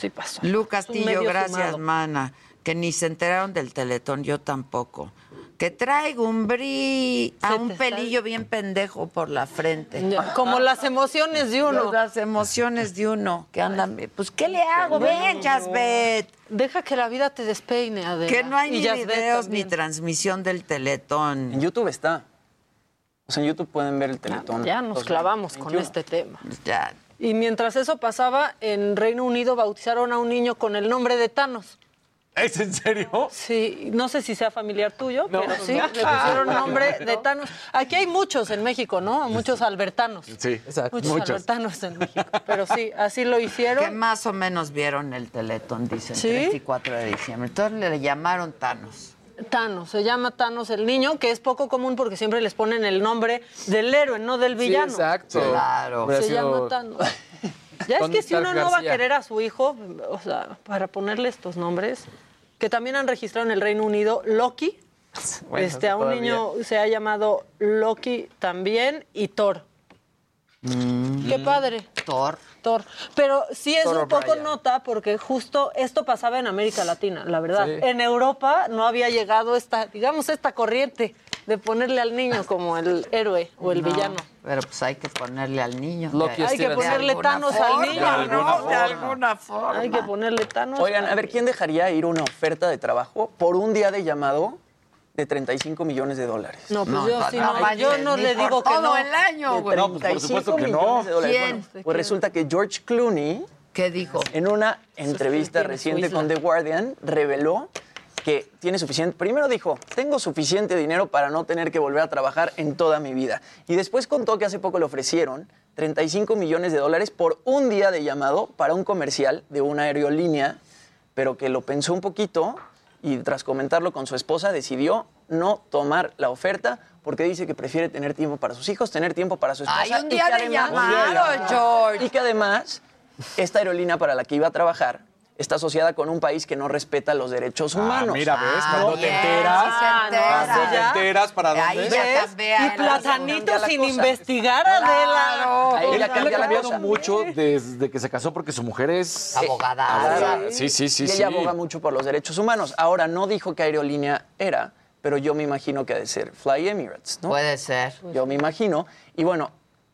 Sí pasó.
Lu
Es un
Castillo,
medio
gracias,
sumado.
mana. Que ni se enteraron del Teletón, yo tampoco. Que traigo un bri... a
Se
un
te está-
pelillo bien pendejo por la frente. Ah.
Ya, Como las emociones de uno.
Las emociones de uno que andan... Pues, ¿qué le hago? Ven, Jasbet.
Deja que la vida te despeine, Adela.
Que no hay
Y
ni
Jasbet
videos ni
también.
transmisión del Teletón.
En YouTube está. O sea, en YouTube pueden ver el Teletón.
Ya nos
2021.
clavamos con este tema.
Ya.
Y mientras eso pasaba, en Reino Unido bautizaron a un niño con el nombre de Thanos.
¿Es en serio?
Sí, no sé si sea familiar tuyo,
No.
pero sí, le pusieron nombre de Thanos. Aquí hay muchos en México, ¿no? Muchos albertanos.
Sí, exacto.
Muchos,
Muchos.
albertanos en México. Pero sí, así lo
Que
hicieron.
más o menos vieron el Teletón, dicen,
¿Sí?
3 y 4 de diciembre. Entonces le llamaron Thanos.
Thanos, se llama Thanos el niño, que es poco común porque siempre les ponen el nombre del héroe, no del
Sí,
villano.
exacto.
Claro.
Hubiera
Se
sido-
llama Thanos. Ya es
Tony
que si uno
Stark
no va a
García.
querer a su hijo, o sea, para ponerle estos nombres, que también han registrado en el Reino Unido Loki,
Bueno,
este, a un
todavía.
niño se ha llamado Loki también y Thor. Qué padre.
Thor.
Thor. Pero sí es
Mm, Thor
un poco
O'Brien.
nota porque justo esto pasaba en América Latina, la verdad.
Sí.
En Europa no había llegado esta, digamos, esta corriente de ponerle al niño como el héroe o el
No,
villano.
Pero pues hay que ponerle al niño.
Loki
De-
es
Hay que
de
ponerle
alguna
Thanos al
forma,
niño,
¿no?
¿no?
De alguna forma.
Hay que ponerle Thanos.
Oigan,
al-
a ver, ¿quién dejaría ir una oferta de trabajo por un día de llamado de 35 millones de dólares?
No, pues
No,
yo,
no,
sí
no
no,
manches,
yo no
ni
le
por
digo que
todo
no.
el año, güey.
No, pues, por supuesto
35
que
millones
no.
de dólares.
¿Quién?
Bueno, pues resulta que George Clooney,
¿Qué dijo?
en una entrevista
tiene su
reciente
isla.
con The Guardian, reveló que tiene suficiente. Primero dijo, tengo suficiente dinero para no tener que volver a trabajar en toda mi vida. Y después contó que hace poco le ofrecieron 35 millones de dólares por un día de llamado para un comercial de una aerolínea, pero que lo pensó un poquito y tras comentarlo con su esposa decidió no tomar la oferta porque dice que prefiere tener tiempo para sus hijos, tener tiempo para su esposa.
Ay, un
y
día
que
de
además-
llamado, George.
y que además, esta aerolínea para la que iba a trabajar está asociada con un país que no respeta los derechos humanos.
mira, ves,
Ah,
cuando
bien,
te enteras,
sí se entera.
cuando te enteras para
Ahí
dónde.
ya
ves.
¿Ves?
también,
Y
¿no?
Platanito
Cambia la
sin
cosa.
investigar, Adela.
Ahí
Él,
ya
él
cambia
ha
la
cambiado
cosa.
mucho desde que se casó porque su mujer es
Abogada.
abogada. Sí, sí, sí,
y
sí.
ella aboga mucho por los derechos humanos. Ahora, no dijo qué aerolínea era, pero yo me imagino que ha de ser Fly Emirates, ¿no?
Puede ser.
Yo me imagino. Y bueno,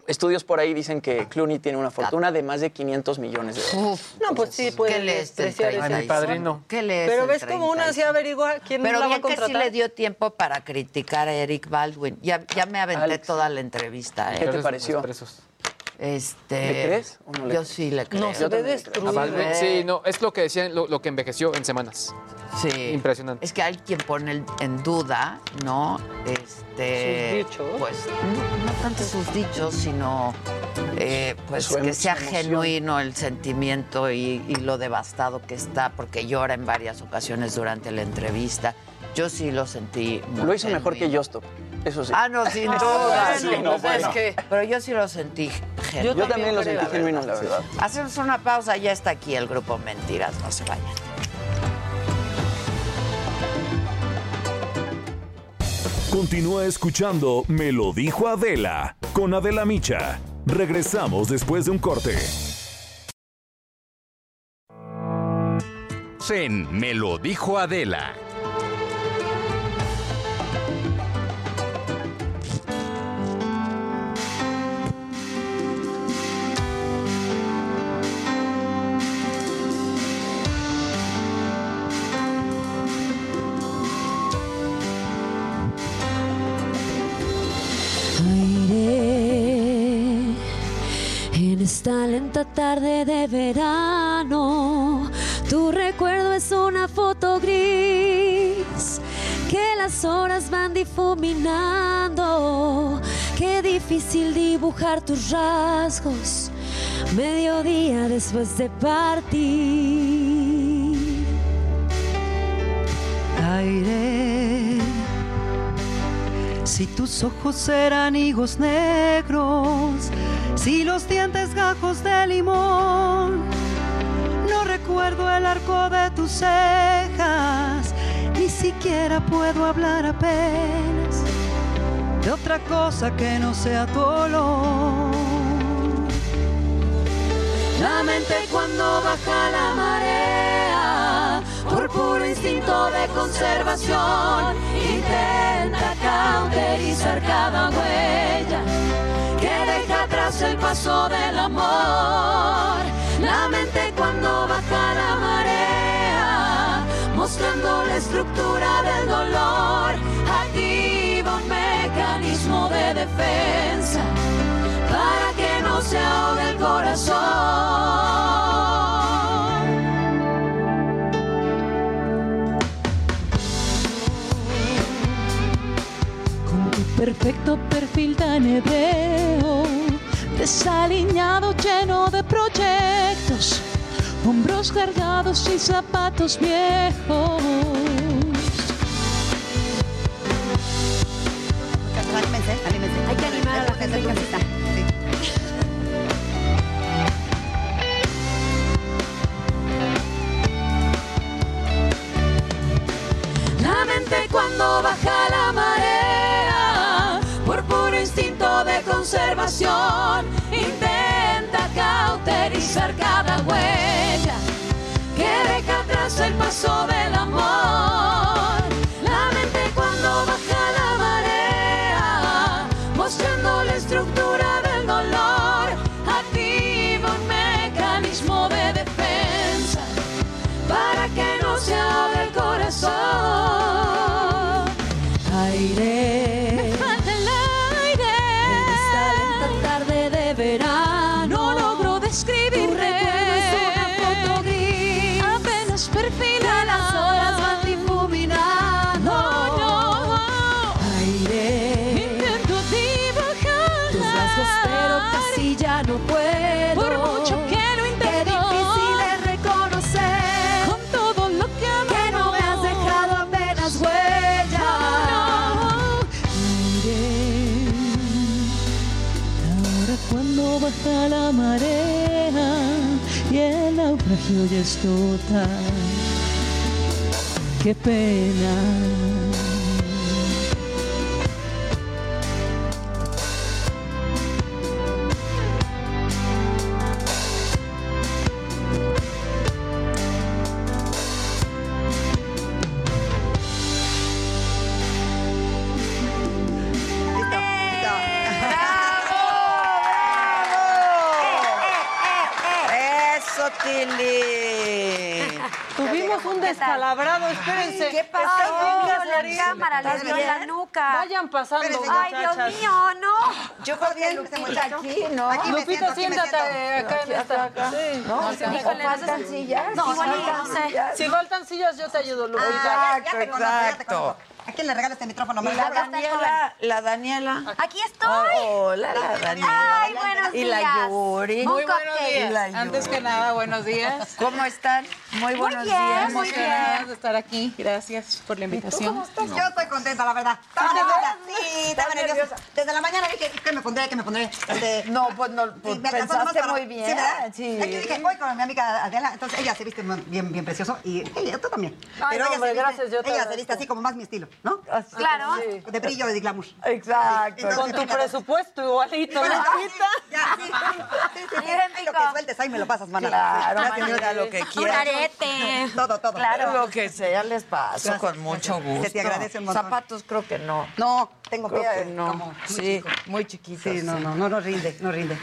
estudios por ahí dicen que Clooney tiene una fortuna de más de 500 millones de dólares.
Uf.
No, pues sí,
¿Qué
puede
lees del
despreciar ese
35?
informe.
padrino.
¿Qué lees
Pero
del
ves como una
35?
así averigua quién
Pero
la va a
bien que sí
contratar.
le dio tiempo para criticar a Eric Baldwin. Ya, ya me aventé
Alex.
toda la entrevista. ¿eh?
¿Qué te
Los
pareció?
presos.
Este,
¿Le crees o no le
yo
crees?
sí le creo.
No, se ve
A Valverde,
Eh,
sí, no, es lo que decían, lo, lo que envejeció en semanas.
Sí.
Impresionante.
Es que hay quien pone el- en duda, ¿no? Este,
Sus dichos.
Pues no, no tanto sus dichos, sino eh, pues
Su
que sea
emoción.
genuino el sentimiento y, y lo devastado que está, porque llora en varias ocasiones durante la entrevista. Yo sí lo sentí. muy
Lo hizo mejor
genuino.
que Jostop, eso sí.
Ah, no, sin
Ah,
duda.
bueno,
sí,
no,
pues es
bueno.
que- pero yo sí lo sentí genuino.
Yo Yo también lo también sentí creo, la genuino, verdad. la verdad.
Hacemos una pausa, ya está aquí el grupo Mentiras, no se vayan.
Continúa escuchando Me lo dijo Adela con Adela Micha. Regresamos después de un corte.
En Me lo dijo Adela.
aire. En esta lenta tarde de verano, tu recuerdo es una foto gris que las horas van difuminando. Qué difícil dibujar tus rasgos, mediodía después de partir.
aire. Si tus ojos eran higos negros, si los dientes gajos de limón, no recuerdo el arco de tus cejas, ni siquiera puedo hablar apenas de otra cosa que no sea tu olor.
La mente cuando baja la marea, por puro instinto de conservación, intenta cauterizar cada huella que deja atrás el paso del amor. La mente cuando baja la marea, mostrando la estructura del dolor, activa un mecanismo de defensa para que no se ahogue el corazón. perfecto perfil tan hebreo, desaliñado, lleno de proyectos, hombros cargados y zapatos viejos.
Anímense, anímense. Hay que animar a la gente que está.
La mente cuando baja la marea, por puro instinto de conservación, intenta cauterizar cada huella que deja atrás el paso del amor. La mente cuando baja la marea, mostrando la estructura del dolor, activa un mecanismo de defensa para que no se abra el corazón. Aire. Me falta el aire. En esta lenta tarde de verano. No logro describir. Tu recuerdo es una foto gris. Apenas perfila. Las horas van difuminando. No, no. Aire. Intento dibujar. Tus rasgos, pero casi ya no puedo. Por mucho que lo intento. Qué difícil es reconocer. Con todo lo que amamos. Que no me has dejado apenas huella. Aire.
Ahora cuando baja la marea y el naufragio ya es total, qué pena.
¡Eso, Tili!
Tuvimos un descalabrado, espérense.
¿Qué pasó?
Está bien,
La cámara le
¿Estás
dio en
bien?
la nuca.
Vayan pasando,
Ay,
muchachas.
Dios mío, no.
Yo creo que Lupita aquí, ¿no?
Aquí me
Lupita,
siento, aquí me
siéntate
siento.
acá en esta.
acá.
Sí.
No,
Acá.
sí, híjole,
Híjole,
¿faltan
no sé.
sillas?
No,
Sí,
igual
faltan
no sé.
sillas.
Si faltan sillas, yo te ayudo, Lupita.
Ah,
Exacto, Ah, exacto.
¿A quién le regalas el micrófono?
Y la Daniela, Ah, la Daniela.
Aquí estoy.
Oh, hola, la Daniela.
Ay, buenos
Y la
días.
Yuri.
Muy buenos días.
Y la Yuri.
Antes que nada, buenos días.
¿Cómo están? Muy buenos
bien,
días.
muy bien.
Emocionadas de estar aquí. Gracias por la invitación.
Yo estoy contenta, la verdad. Estaba nerviosa. Sí, estaba nerviosa. Desde la mañana dije, ¿qué me pondré? ¿Qué me pondré? Este,
No, pues no, pues
y me alcanzó nomás
pensaste
para-
muy bien.
Sí, ¿verdad?
Sí.
Es que dije, voy con mi amiga Adela. Entonces ella se viste muy- bien, bien precioso y ella, tú también.
Ay, no,
ella
hombre,
se viste,
gracias, yo te
Ella se
agradezco.
viste así como más mi estilo, ¿no? Claro. Sí. De brillo y de glamour.
Exacto.
Entonces,
Con tu
fíjate.
presupuesto igualito.
Bueno,
¿no?
Ya, sí, sí, sí, sí. Ahí lo que sueltes, ahí me lo pasas, mana.
Claro,
Gracias,
mana,
señorita.
lo que quieras. Un arete.
Todo, todo.
Claro. Lo que sea les paso con mucho gusto.
Se te agradece un montón.
Zapatos creo que no.
No, tengo
Creo
pie
que no.
como muy
sí,
chico.
muy chiquito.
Sí, no, no, no, no rinde, no rinde.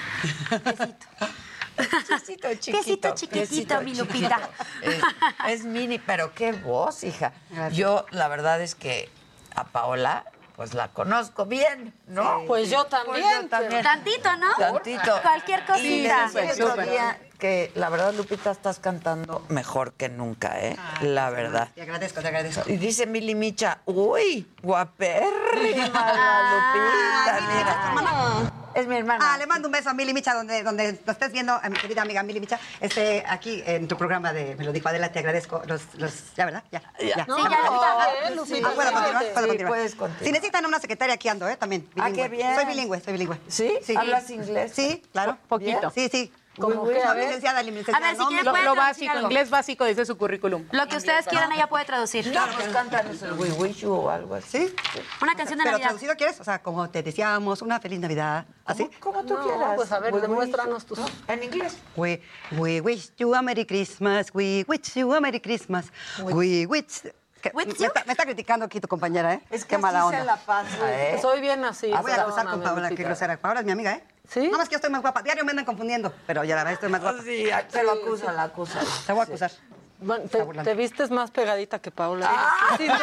Piecito chiquito.
Piecito chiquitito, mi Lupita.
Eh, es mini, pero qué voz, hija.
Gracias.
Yo, la verdad es que a Paola, pues la conozco bien, ¿no?
Pues yo
Pues
también.
yo también.
Tantito, ¿no?
Tantito.
Cualquier
Y le
cosita.
decía el otro día que la verdad, Lupita, estás cantando mejor que nunca, ¿eh? la verdad.
Te agradezco, te agradezco.
Y dice Mili Micha, uy, guapérrima la Lupita. mira. Es mi hermana.
Ah, le mando un beso a Mili Micha, donde, donde lo estés viendo, a mi querida amiga Mili Micha. Este, aquí en tu programa de Me lo dijo Adela, te agradezco. Los, los, ya, ¿verdad? Ya.
Ya.
ya.
No,
sí,
no,
ya,
no,
Lupita.
eh,
Ah,
Lupita,
puedo continuar,
sí,
puedo continuar.
puedes continuar.
Si necesitan una secretaria, aquí ando, ¿eh? También.
Ah,
bilingüe.
qué bien.
Soy bilingüe, soy bilingüe.
¿Sí? ¿Hablas inglés?
Sí, claro.
Poquito.
Sí, sí.
¿Cómo
Soy
qué? A ver.
licenciada, licenciada.
A ver, si
no,
quieren,
me-
pueden
Lo
traducir
básico,
algo.
inglés básico, dice su currículum.
Lo que ustedes quieran, ella puede traducir.
No, pues cántanos el We Wish You o algo así.
¿Sí?
Una canción de
¿Pero
Navidad.
traducido quieres? O sea, como te deseamos, una feliz Navidad. ¿Así?
Como tú
No,
quieras.
pues a ver,
We wish
demuéstranos tus-
you- En inglés.
We, we wish you a Merry Christmas. We wish you a Merry Christmas. We wish. que- With me, you? Está, me está criticando aquí tu compañera, ¿eh?
Es que
Qué mala
así
onda. Ah,
se la pasa, ¿eh?
Soy bien así.
Voy a acusar con Paola, que grosera. Paola es mi amiga, ¿eh?
¿Sí?
Nada más que yo estoy más guapa. Diario me andan confundiendo. Pero ya la verdad estoy más guapa.
Sí, se lo acusa, la acusa.
Te voy a acusar.
Bueno, te,
burlando.
te vistes más pegadita que Paula. Sin duda.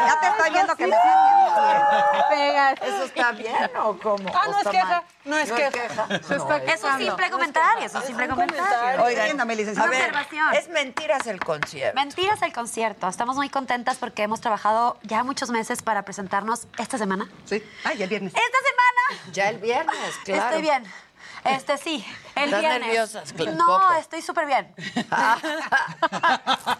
Ya te estoy viendo que me estás
Pega.
¿Eso está bien o cómo?
Ah,
¿O
no es
está
queja,
mal?
no es queja.
Se está
Eso es simple comentario, eso es simple comentario.
Oigan,
Entiéndame,
a
licenciada.
ver,
Observación.
es mentiras el concierto.
Mentiras el concierto. Estamos muy contentas porque hemos trabajado ya muchos meses para presentarnos esta semana.
Sí. Ay, el viernes.
¡Esta semana!
Ya el viernes, claro.
Estoy bien. Este sí, el
¿Estás
viernes.
nerviosa? Un
No,
poco.
estoy súper bien.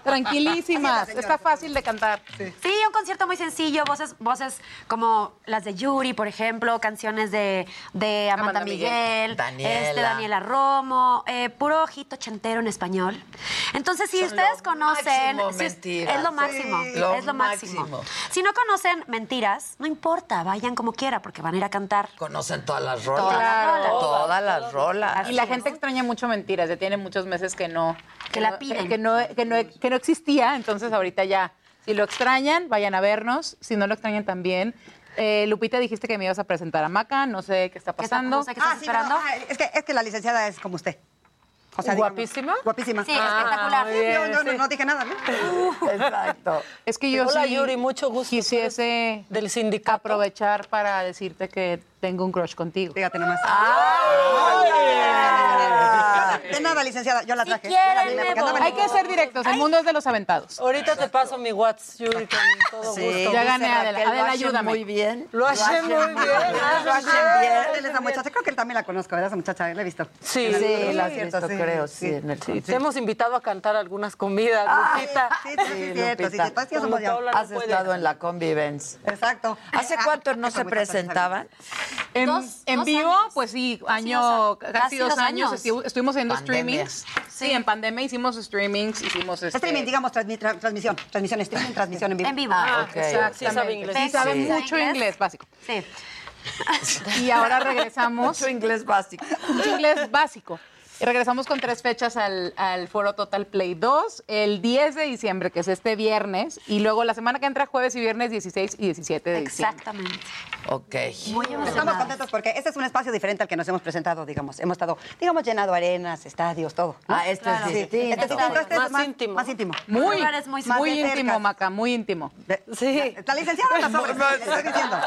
Tranquilísimas. Está fácil de cantar.
Sí, un concierto muy sencillo, voces, voces como las de Yuri, por ejemplo, canciones de, de Amanda,
Amanda
Miguel,
Miguel.
Daniela.
Este, Daniela Romo, eh, puro ojito chentero en español. Entonces, si
Son
ustedes
lo
conocen,
máximo,
si es-
Mentiras.
es lo máximo,
Sí. Lo
es lo máximo.
máximo.
Si no conocen mentiras, no importa, vayan como quiera porque van a ir a cantar.
Conocen todas las rolas.
Todas las rolas.
Todas las rolas.
Y la gente extraña mucho mentiras. Ya tiene muchos meses que no.
Que la
no-
piden.
Que no, que, no, que no existía. Entonces, ahorita ya. Si lo extrañan, vayan a vernos. Si no lo extrañan, también. Eh, Lupita, dijiste que me ibas a presentar a Maca. No sé qué está
¿Qué está-
pasando.
no sé qué
Ah,
estás
sí, no,
esperando?
ah, es, que, es que la licenciada es como usted. O sea, digamos,
¿Guapísima?
guapísima.
Sí,
Ah,
espectacular.
muy bien.
yo no, no,
sí.
no dije nada, ¿no?
Exacto.
Es que yo
Hola,
sí
Yuri, mucho gusto.
quisiese
¿Tú eres del sindicato?
aprovechar para decirte que tengo un crush contigo. Ah,
Fíjate nomás.
Ah.
De nada, licenciada, yo la traje. Yo la
quieren,
vine,
me
porque andaba en-
Hay que ser directos. El mundo es de los aventados.
Ahorita te paso mi WhatsApp, Yuri, con todo gusto.
Ya gané,
Dice
Adela.
Raquel,
Adela,
lo hacen
ayúdame.
Muy bien.
Lo hacen muy bien.
Lo hacen
Ah,
bien.
él es la muchacha. Creo que él también la conozco, ¿verdad? Esa muchacha, la he visto.
Sí,
Sí, lo has
Sí,
visto,
sí,
creo,
sí.
sí, en el
Te hemos invitado a cantar algunas comidas,
Ay,
Lupita.
Sí, sí, sí,
Sí,
sí, cierto. Sí,
Lupita.
sí, pues, ya
Cuando
somos ya-
Paola no
Has
puede.
estado en la convivencia.
Exacto.
¿Hace
Ah,
cuánto no
está
se
muy fácil,
presentaban?
En,
Dos-
en
dos
vivo,
años.
pues sí,
Casi
año,
dos a-
casi,
casi
dos,
dos
años.
años.
estu- Estuvimos haciendo
Pandemia.
streamings. Sí. en pandemia hicimos streamings, hicimos este,
Streaming, digamos, transmi- tra- transmisión. Transmisión, streaming, transmisión en vivo.
En vivo.
Ah, ok.
Exactamente.
Sí sabe inglés.
Sí sabe
Sí.
mucho
¿Inglés?
inglés básico.
Sí.
Y ahora regresamos.
Mucho inglés básico.
mucho inglés básico. Y regresamos con tres fechas al, al Foro Total Play 2, el 10 de diciembre, que es este viernes, y luego la semana que entra jueves y viernes 16 y 17 de diciembre.
Exactamente.
Ok.
Estamos contentos porque este es un espacio diferente al que nos hemos presentado, digamos. Hemos estado, digamos, llenado arenas, estadios, todo. ¿no?
Ah, este es Claro. distinto.
Este es distinto, este es Más más íntimo. Más íntimo.
Muy,
Más
muy
de
íntimo,
cerca.
Maca, muy íntimo.
Sí. La licenciada está sobre- le estoy diciendo.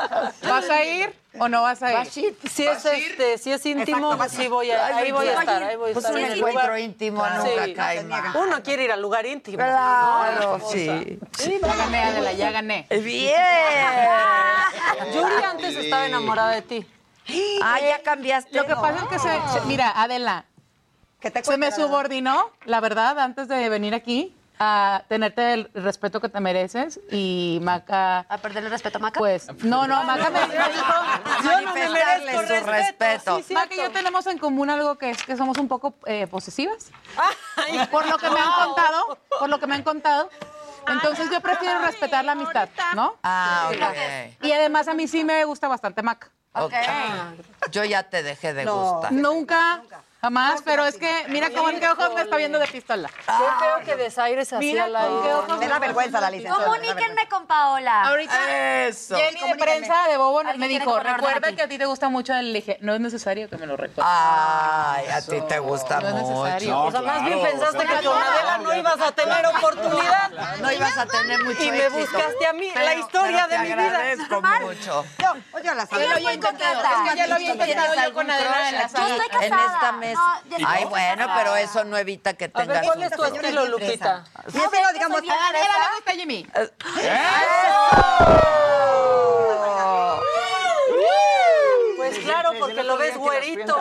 ¿Vas a ir o no vas a ir?
Vas a ir. Si es, este, si es íntimo,
Exacto,
pues
vas a ir.
sí voy a,
Ay,
ahí voy a
vas a
estar,
ir.
ahí voy a
Pues
estar.
un
en el
encuentro
lugar.
íntimo nunca cae mal.
Uno quiere ir al lugar íntimo.
Claro,
¿no?
sí.
Sí, ya gané, Adela, ya gané.
Bien.
Yuri antes estaba enamorada de ti.
Ah, ya cambiaste.
Lo que pasa es que se, se- mira, Adela, se me subordinó, la verdad, antes de venir aquí, a tenerte el respeto que te mereces y Maca... ¿A perder el respeto a Maca? Pues, no, no, Maca me, me dijo...
Yo no me merezco Manifestarle su respeto, respeto. sí,
Maca y yo
cierto.
tenemos en común algo que es que somos un poco eh, posesivas. por lo que me han contado, por lo que me han contado. Entonces yo prefiero respetar la amistad, ¿no?
Ah,
Sí.
ok.
Y además a mí sí me gusta bastante Maca.
Ok. Yo ya te dejé de
No.
gustar.
Nunca, jamás, pero es que mira cómo en qué ojos me está viendo de pistola.
Yo creo que desaires hacia
Mira
la
con qué ojos Me da me- vergüenza la licenciada,
Comuníquenme con Paola.
Ahorita
Eso.
Jenny de prensa de Bobo me
tiene
dijo,
color de
recuerda
aquí".
que a ti te gusta mucho el... Le dije, no es necesario que me lo recuerdes.
Ay, a ti te gusta mucho.
necesario. O sea, más bien pensaste que con Adela no ibas a tener oportunidad.
No ibas a tener mucho
Y me
éxito.
buscaste a mí, la
Pero-
historia
pero
de
te
mi vida.
agradezco
Mal.
mucho.
Yo, yo la sabía.
Ya lo había intentado, es que ya lo había intentado yo con Adela en la sala.
Yo estoy
En
esta mesa. Ay, bueno, pero eso no evita que tengas
¿cuál es tu
otro.
estilo, Lupita? Mi estilo, digamos,
A Adela le gusta Jimmy.
Eh,
Pues claro, porque lo ves güerito.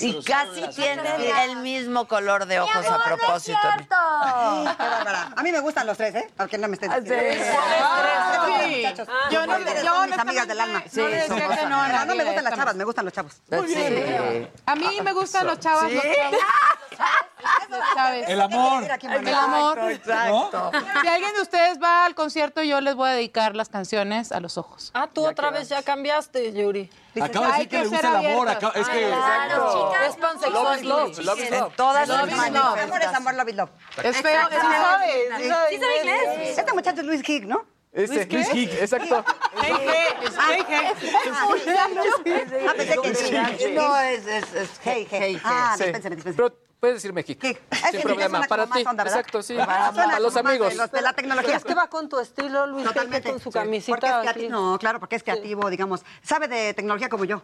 Y casi tienen el mismo color de ojos a propósito.
Ay, qué bárbara. A mí me gustan los tres, ¿eh? Aunque no me
Ah,
estén diciendo.
Sí.
Muchachos,
Yo no,
ustedes
yo
son mis amigas del alma.
Sí, no les decía que no,
no, me
Natalia,
gustan las
estamos.
chavas, me gustan los chavos.
Muy bien.
A mí me gustan los chavos.
Sí.
Los chavos. Los chavos.
El amor.
El amor.
Exacto,
¿No? Si alguien de ustedes va al concierto, yo les voy a dedicar las canciones a los ojos.
Ah, tú otra vez ya cambiaste, Yuri.
Acaba de decir que le gusta el amor, acaba- es que- Exacto.
Es pansexual.
Love is love, love is love. En todas
Love
sus
is love.
manifestaciones.
Amor es amor, love is love.
Es feo,
Exacto.
es
Sí
feo.
sabe,
Sí.
sabe ¿Sí sabe inglés. Este muchacho es Luis Hick, ¿no?
Ese, Luis Hick, exacto.
Ah, pensé que sí.
No, es, es, es hey, hey,
Ah,
Sí.
dispensen,
Pero puedes decirme Hick. Sin problema. Para ti. Exacto, sí. Para los amigos.
la tecnología.
Es que va con tu estilo, Luis,
Totalmente.
con su camisita.
Porque es creati-
aquí.
No, claro, porque es creativo, digamos. Sabe de tecnología como yo.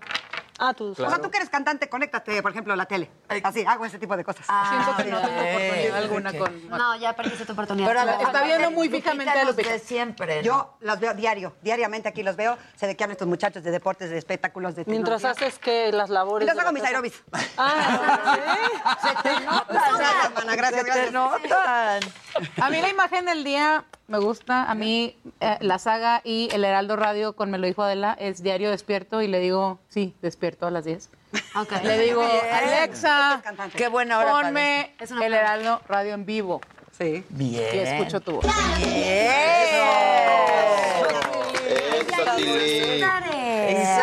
Ah, tú.
O sea, tú que eres cantante, conéctate, por ejemplo, a la tele. Así, hago ese tipo de cosas.
Siento que no tengo oportunidad alguna con...
No, ya perdiste tu oportunidad.
Pero a ver,
Está
a ver,
viendo
muy
fijamente a Lupita. siempre, ¿no?
Yo los veo diario, diariamente aquí los veo. Sé de qué hablan estos muchachos de deportes, de espectáculos, de
Mientras
tecnología.
haces que las labores.
Mientras
de la
hago mis
casa.
aerobis. Se te Gracias, hermana, gracias, gracias.
A mí la imagen del día me gusta. A mí eh, la saga y el Heraldo Radio con Me lo dijo Adela es diario despierto y le digo, sí, despierto a las 10. Le digo,
Bien.
Alexa,
Qué buena hora para
ponme el Heraldo Radio en vivo. Sí.
Bien.
Y escucho tu voz.
Esa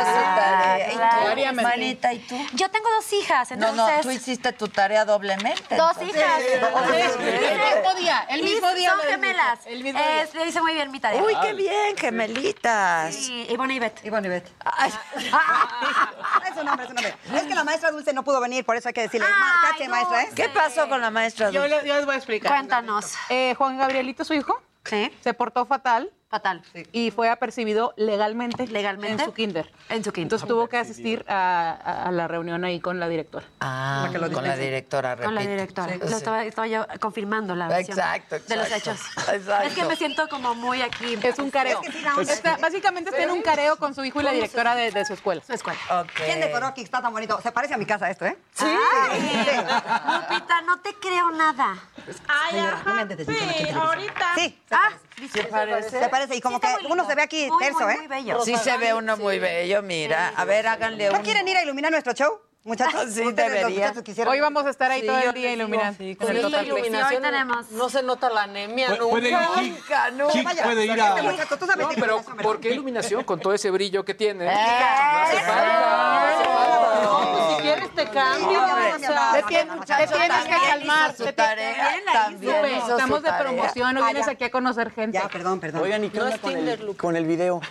es su tarea.
Ah, Claro,
¿Y tú,
claramente.
Manita, ¿y tú?
Yo tengo dos hijas,
No,
entonces...
no, tú hiciste tu tarea doblemente.
Dos
entonces.
hijas.
Sí.
mismo día, el
Y
mismo día
Son
lo dijiste,
gemelas.
el mismo día.
Eh, le hice muy bien mi tarea.
Uy, qué bien, gemelitas.
Sí, Ivonne y Bet.
Ivonne y Bet.
Ah,
Es un hombre, es un hombre. Es que la maestra Dulce no pudo venir, por eso hay que decirle, ma- cache, maestra, ¿eh?
¿Qué pasó con la maestra?
Yo, le- yo les voy a explicar.
Cuéntanos.
Eh, Juan Gabrielito, su hijo, se portó fatal.
Fatal.
Y fue apercibido legalmente. Legalmente. En su kinder.
En su kinder.
Entonces tuvo que asistir a, a- a la reunión ahí con la directora.
Ah,
La que lo
con la
dice.
directora, repito.
Con la directora.
Sí.
ah, Lo estaba, estaba yo confirmando la versión
Exacto, exacto.
de los hechos.
Exacto.
Es que me siento como muy aquí.
Es un careo. Está- básicamente está en un careo con su hijo y la directora de, de su escuela. Su
escuela.
¿Quién decoró aquí? Está tan bonito. Se parece a mi casa esto, ¿eh? Sí.
Lupita, no te creo nada.
Pues,
Ay,
ahorita. Sí.
Ah,
Se parece. Se parece. Y como que uno se ve aquí
Muy,
terso,
muy,
¿eh?
muy bello.
Sí se ve uno muy bello, mira. A ver, háganle
¿No
un... Ah,
quieren ir a iluminar nuestro show, muchachos?
Sí,
Ustedes, los
debería.
muchachos que hicieron-
Hoy vamos a estar ahí todo el día iluminando.
Con
el
esta
total play.
iluminación no se nota la anemia
Pu-
nunca.
puede ir Hick.
Nunca, no.
Hick
Vaya,
puede ir
sácate,
a...
muchacho, tú sabes
No,
de
pero
iluminación,
¿por
Eh,
qué iluminación? Con todo ese brillo que tiene.
¡Eso!
No hace falta.
No, pues, si quieres,
hacer este cambio.
Hombre,
o sea,
te tienes- te tienes que calmar, te tienes- también
Súper,
hizo su
Estamos de
tarea.
promoción, no
Ah,
vienes
ya.
aquí a conocer gente. Ya,
perdón, perdón.
Oigan, ¿y qué onda con el, con el video?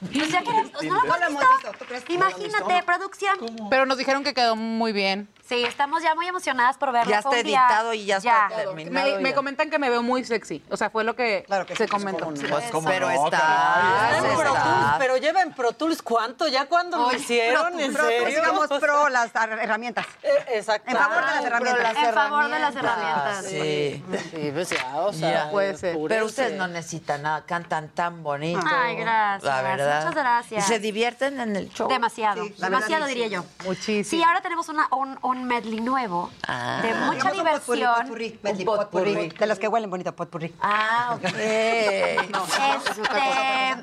Pues ya queremos-
¿no
lo hemos visto?
Imagínate, producción.
Pero nos dijeron que quedó muy bien.
Sí, estamos ya muy emocionadas por verlo.
Ya
Fue
está
un día-
editado y ya está Me,
terminado
me
ya.
comentan que me veo muy sexy. O sea, fue lo que, se comentó.
Pues, ¿cómo Pero no, estás, caray?
Pero,
estás.
Tools, pero lleva en Pro Tools cuánto, ya cuando lo
Oye,
hicieron,
Pro
en
Tools, Pro Tools,
serio. Eh,
digamos, pro las ar- herramientas.
exacto.
En favor de las herramientas.
En favor de las herramientas.
Sí.
Sí, pues ya, o
sea,
puede ser. Pero
apúrense.
ustedes no necesitan nada, cantan tan bonito.
Ay, gracias,
La verdad.
muchas gracias.
Y se divierten en el show.
Demasiado,
Sí, la
demasiado
verdad,
diría
sí.
yo.
Muchísimo.
Sí, ahora tenemos una, un, un medley nuevo
Ah.
de mucha
Tenemos un potpourri,
diversión.
potpourri, medley, potpourri. De las que huelen bonito, potpourri.
Ah, ok.
Eh,
No,
Este,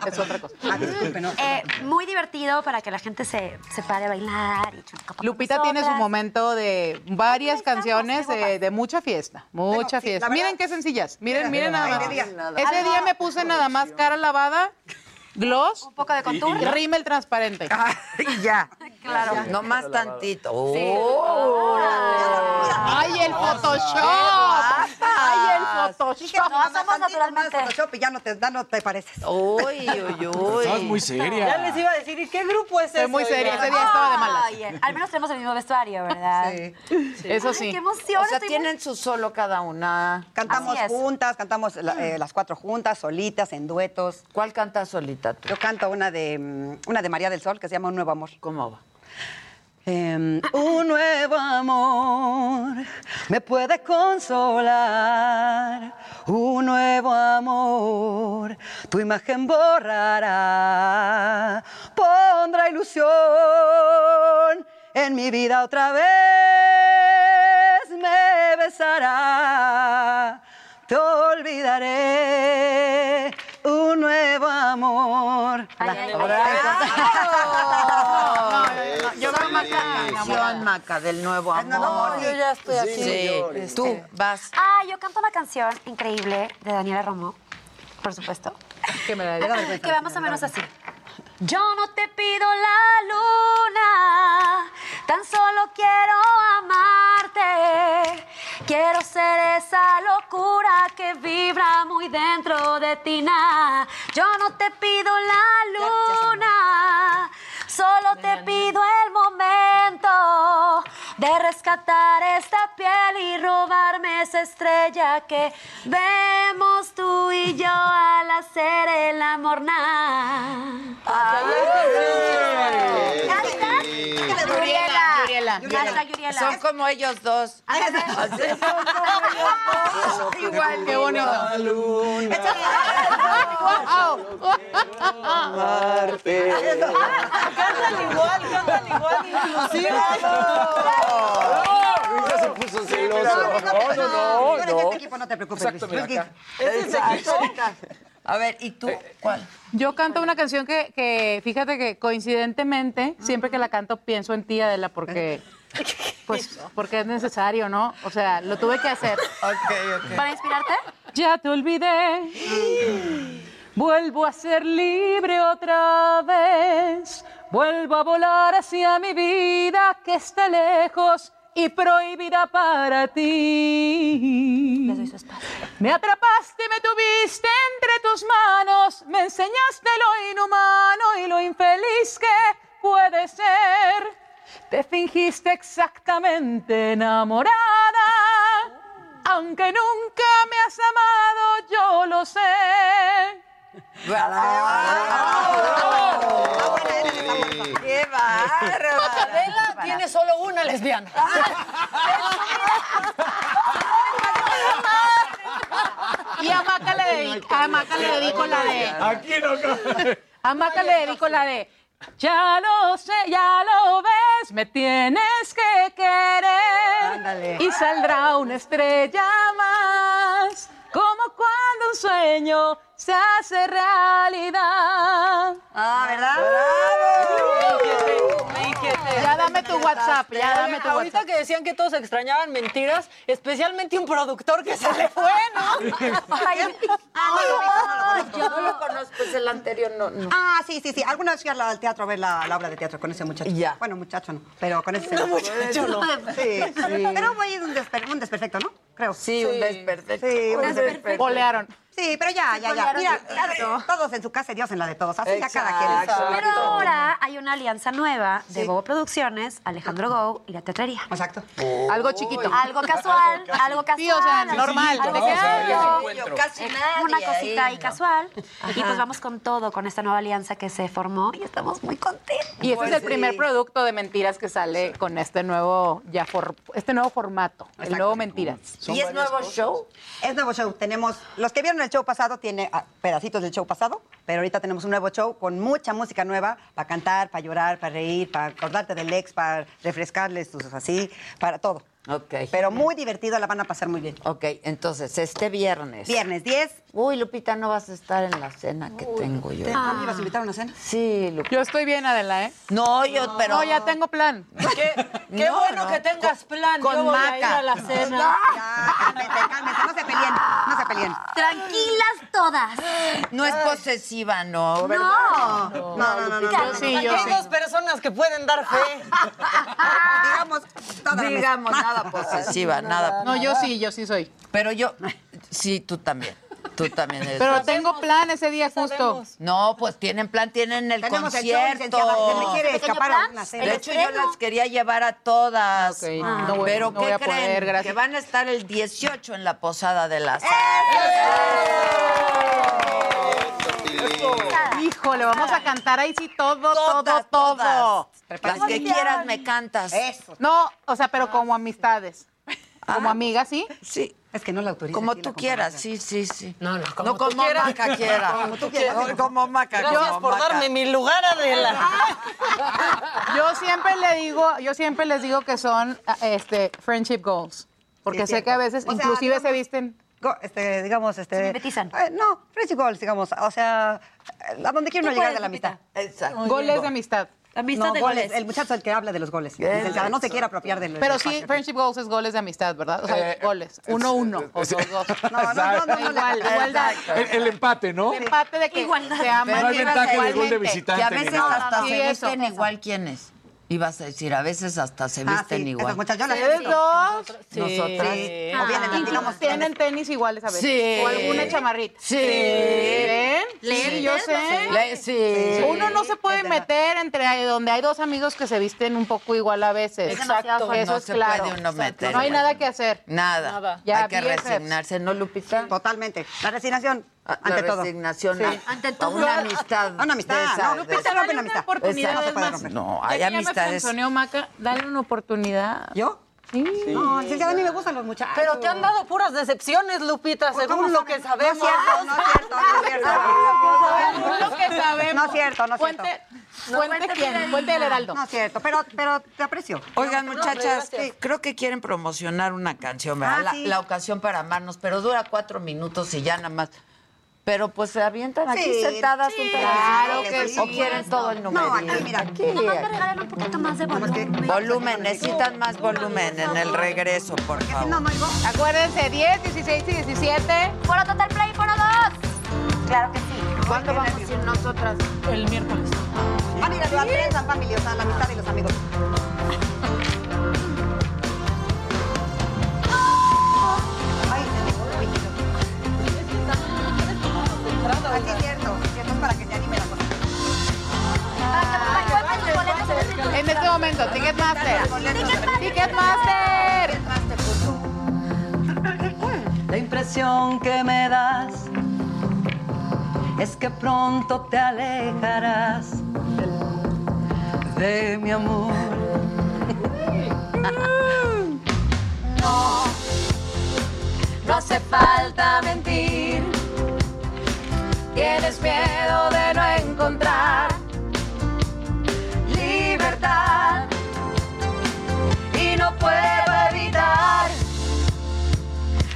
es otra cosa. Ah, disculpe, no.
eh, muy divertido para que la gente se, se pare a bailar. Y chupa con
Lupita tiene su
nosotras.
momento de varias canciones de, de mucha fiesta, mucha
sí, la
fiesta.
verdad-
miren qué sencillas,
Mira,
miren, miren
mira,
nada
ay,
más.
de día.
Ese día me puse nada más cara lavada, gloss, un
poco de
contour. ya.
rímel transparente.
Y ya. Claro. No más tantito. Oh.
Ay, el
Photoshop.
Ay, el Photoshop.
no, somos naturalmente. Photoshop y ya no te, ya no te pareces.
Uy, uy,
Estabas muy seria.
Ya les iba a decir, ¿y qué grupo es
Estoy
ese?
muy seria,
oigan?
ese día estaba de malas.
eh.
Oye, al menos tenemos el mismo vestuario, ¿verdad?
Sí.
Eso sí. Ay, qué emoción,
O sea,
estoy
tienen su solo cada una.
Cantamos
Así es.
juntas, cantamos la- eh, las cuatro juntas, solitas, en duetos.
¿Cuál cantas solita tú?
Yo canto una de, mm, una de María del Sol que se llama Un Nuevo Amor.
¿Cómo va?
Em, un nuevo amor me puede consolar. Un nuevo amor tu imagen borrará. Pondrá ilusión en mi vida otra vez. Me besará. Te olvidaré. Un nuevo amor.
Yo creo Maca, canción, Maca, del nuevo amor.
amor, yo ya estoy aquí. este,
Sí,
Señores.
tú vas.
Ah, yo canto una canción increíble de Daniela Romo, por supuesto.
Que me
Que va más o menos así. Yo no te pido la luna, tan solo quiero amarte. Quiero ser esa locura que vibra muy dentro de ti. na. Yo no te pido la luna, solo te pido el momento de rescatar esta piel y robarme esa estrella que vemos tú y yo al hacer el amor. na.
Yuriela, Yuriela,
Hashtag Yuriela.
Son como ellos dos. Igual.
Qué bonito.
Amarte.
Cantan igual, cantan igual, inclusive.
Luis ya se puso celoso.
No, no, no.
no.
Este equipo no te preocupes.
Exacto,
Luis.
mira acá.
Luis, Luis,
A ver, ¿y tú cuál?
Yo canto una canción que, que fíjate que coincidentemente, siempre que la canto pienso en ti, Adela, porque, pues, porque es necesario, ¿no? O sea, lo tuve que hacer.
¿Para inspirarte?
Ya te olvidé. Vuelvo a ser libre otra vez. Vuelvo a volar hacia mi vida que está lejos y prohibida para ti. Me atrapaste, me tuviste entre tus manos. Me enseñaste lo inhumano y lo infeliz que puede ser. Te fingiste exactamente enamorada. Aunque nunca me has amado, yo lo sé.
¡Qué bárbaro!
Adela tiene solo una lesbiana.
Y a Maca le dedico, a Maca le dedico la de.
Aquí no cabe.
A Maca le dedico la de. Ya lo sé, ya lo ves, me tienes que querer. Y saldrá una estrella más, como cuando un sueño se hace realidad.
Ah, ¿verdad?
Ya dame tu
tu
WhatsApp, ya dame tu
Ahorita
WhatsApp.
que decían que todos extrañaban mentiras, especialmente un productor que se le fue, ¿no?
Ay,
ah, no, yo no lo conozco, es el anterior, no. no.
Ah, sí, sí, sí. Alguna vez fui al, al teatro a ver la, la obra de teatro con ese muchacho. Bueno, muchacho no, pero con ese. No, muchacho no. Sí. Sí. Pero fue un, desper- un desperfecto, ¿no? Creo. Sí, un
desperfecto.
Sí, Un desperfecto. Olearon. Sí, pero ya, Sí, ya, ya. golearon, Mira, exacto. todos en su casa y Dios en la de todos. Así ya cada quien.
Exacto. Pero ahora hay una alianza nueva de Bobo Producciones, Alejandro Go y la teatrería.
Exacto.
Algo chiquito. Algo casual,
Algo casual.
algo casual.
Sí, o sea, normal,
Algo
de que,
casual.
ay, yo encuentro. Casi
Eh,
nadie
Una
ahí,
cosita ahí
¿no?
casual. Y
Ajá.
pues vamos con todo, con esta nueva alianza que se formó y estamos muy contentos.
Y este
Pues
es el primer producto de mentiras que sale con este nuevo, ya for- este nuevo formato, el nuevo mentiras.
¿Y es nuevo show? Es nuevo show. Tenemos, los que vieron el show pasado, tiene ah, pedacitos del show pasado, pero ahorita tenemos un nuevo show con mucha música nueva para cantar, para llorar, para reír, para acordarte del ex, para refrescarles tus así, para todo.
Ok.
Pero muy divertido, la van a pasar muy bien.
Ok, entonces, este viernes.
Viernes 10.
Uy, Lupita, no vas a estar en la cena que tengo yo.
¿Te- ¿No me ibas a invitar a una cena?
Sí, Lupita.
Yo estoy bien, Adela, ¿eh?
No, yo, pero.
No, ya tengo plan.
Qué bueno que tengas
plan.
Con
yo voy a ir
Maca.
a la cena.
No se peleen, no se peleen.
Tranquilas todas.
No es posesiva, no, ¿verdad?
No. No, no, no, no,
Lupita,
no, no. Sí, yo
Aquí
sí.
hay dos personas que pueden dar fe.
Digamos, toda la
Digamos,
mesa.
nada posesiva, nada.
No, yo sí, yo sí soy.
Pero yo, sí, tú también. Tú también eres.
Pero tengo plan ese día justo.
No, pues tienen plan, tienen el
Tenemos el show,
concierto.
licenciada, se me
¿Este
quiere ¿Pequeño escapar ¿eh? plan? alguna cena.
De
¿El
hecho, yo
estreno?
las quería llevar a todas.
Ah. no voy-
pero
no
¿qué
voy a
creen?
poder,
que
gracias.
van a estar el 18 en la Posada de las...
Híjole, vamos a cantar ahí sí todo, todo, todo.
Las que quieras me cantas.
Eso.
No, o sea, pero como amistades. Como amigas, ¿sí?
Ah. Sí.
Es que no la autoriza.
Como tú quieras, sí, sí, sí.
No, no,
no como Maca quiera.
Como tú quieras.
No, Como Maca,
Gracias
como
por
Maca.
darme mi lugar, Adela.
Yo siempre le digo, yo siempre les digo que son ah, este friendship goals, porque sé que a veces inclusive se
visten. este, digamos, este. Se mimetizan. no, friendship goals, digamos. O sea, eh, a donde quiere uno Tú llegar puedes, de la amistad.
Exacto.
goles de amistad.
no, goles. El muchacho es el que habla de los goles. licenciada, no se quiere apropiar de los
Pero sí, friendship goals es goles de amistad, ¿verdad? O sea,
Eh,
goles. Uno, uno. o dos, dos.
no, no, no, no,
Igual,
la-
igualdad.
El, el empate, ¿no?
El empate de que se aman.
No hay ventaja en el gol de
Igualmente,
visitante.
Que a veces
ni nada.
hasta
Sí,
se
eso,
visten igual quiénes. Ibas a decir, a veces hasta se
Ah,
visten
sí,
igual.
esas muchachas, yo las-
Ustedes
Sí.
dos.
Sí. Nosotras.
Sí.
Ah.
O vienen,
Incluso
digamos,
tienen tenis iguales a veces.
Sí.
O alguna chamarrita.
Sí.
¿Ven?
Leen,
Sí, yo
leen,
sé.
no sé. Le- sí.
Uno no se puede
Es verdad.
meter entre ahí donde hay dos amigos que se visten un poco igual a veces.
Es demasiado fácil.
Eso
No
es
se
claro.
puede uno meter
No hay
igual.
nada que hacer.
Nada.
Ya
Hay que
BFFs.
resignarse, ¿no, Lupita? Ah,
Totalmente. La resignación,
La
ante todo.
resignación.
Sí.
a-
Ah, Ante
a
todo.
Una amistad.
A una amistad,
de esas-
no, no
de
pensar
esas-
romper la amistad.
oportunidad
Exacto.
es más.
No,
Ya
hay
que ya me
amistades.
frenzoneó, Maca, dale una oportunidad.
¿Yo?
Sí.
No, licenciada, a mí me gustan los muchachos. Pues
Pero te han dado puras decepciones, Lupita, según lo que sabemos.
No es cierto, no es cierto, no es cierto.
Según lo que sabemos.
No es cierto, no es cierto.
Fuente- fuente
Fuente
quién,
fidedigna.
fuente del Heraldo.
No es cierto, pero, pero te aprecio.
Oigan, muchachas,
gracias.
creo que quieren promocionar una canción, ¿verdad?
Ah,
la,
sí.
la ocasión para amarnos, pero dura cuatro minutos y ya nada más. Pero pues se avientan aquí
Sí,
sentadas
sí,
un
claro
pedacito,
que sí.
O quieren todo el número.
No, aquí, mira.
Aquí,
un poquito más de volumen.
Volumen, necesitan más volumen en el regreso, por favor.
Acuérdense, 10, 16 y 17.
Foro Total Play, Foro 2. Claro que sí.
¿Cuándo vamos a ir nosotras?
El miércoles.
Van a ir a la prensa, familia, o sea, la amistad y los amigos. Ay, se me fue el piquito. Ah, sí, es cierto. Cierto, es para que se anime la cosa.
En este momento, Ticketmaster. Ticketmaster.
La impresión que me das es que pronto te alejarás de mi amor. No, no hace falta mentir. Tienes miedo de no encontrar libertad y no puedo evitar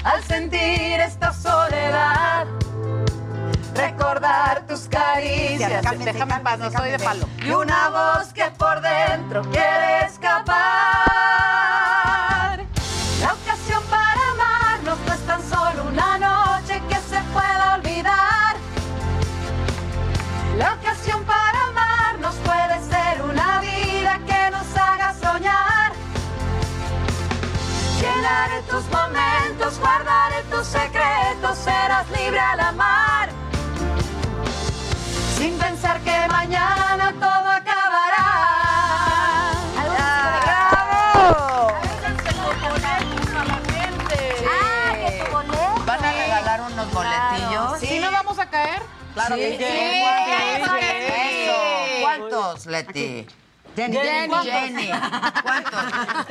al sentir esta soledad. Recordar tus caricias.
Déjame en paz, no soy de palo.
Y una voz que por dentro quieres
escapar. La ocasión para amarnos no es tan solo una noche que se pueda olvidar. La ocasión para amarnos puede ser una vida que nos haga soñar. Llenaré tus momentos, guardaré tus secretos, serás libre al amar. Sin pensar que mañana todo acabará. ¡Bravo!
Van a regalar unos boletillos.
¿Sí? no vamos a caer?
Claro que sí.
claro que
Eso. ¿Cuántos, Leti?
Jenny, Jenny.
¿Cuántos? Jenny. ¿Cuántos?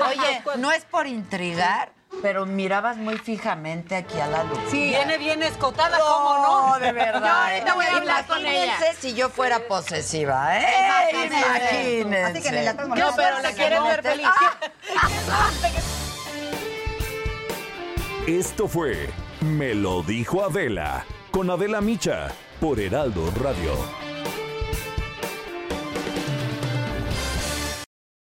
Oye, no es por intrigar, pero mirabas muy fijamente aquí a la luz.
Sí, viene bien escotada,
No,
¿cómo no?
de verdad.
Yo ahorita voy a hablar con ella.
Imagínense si yo fuera posesiva, ¿eh?
Imagínense.
Imagínense.
Así que ni la tengo,
No,
no, Ah.
pero la quieren ver feliz.
Esto fue Me lo dijo Adela con Adela Micha por Heraldo Radio.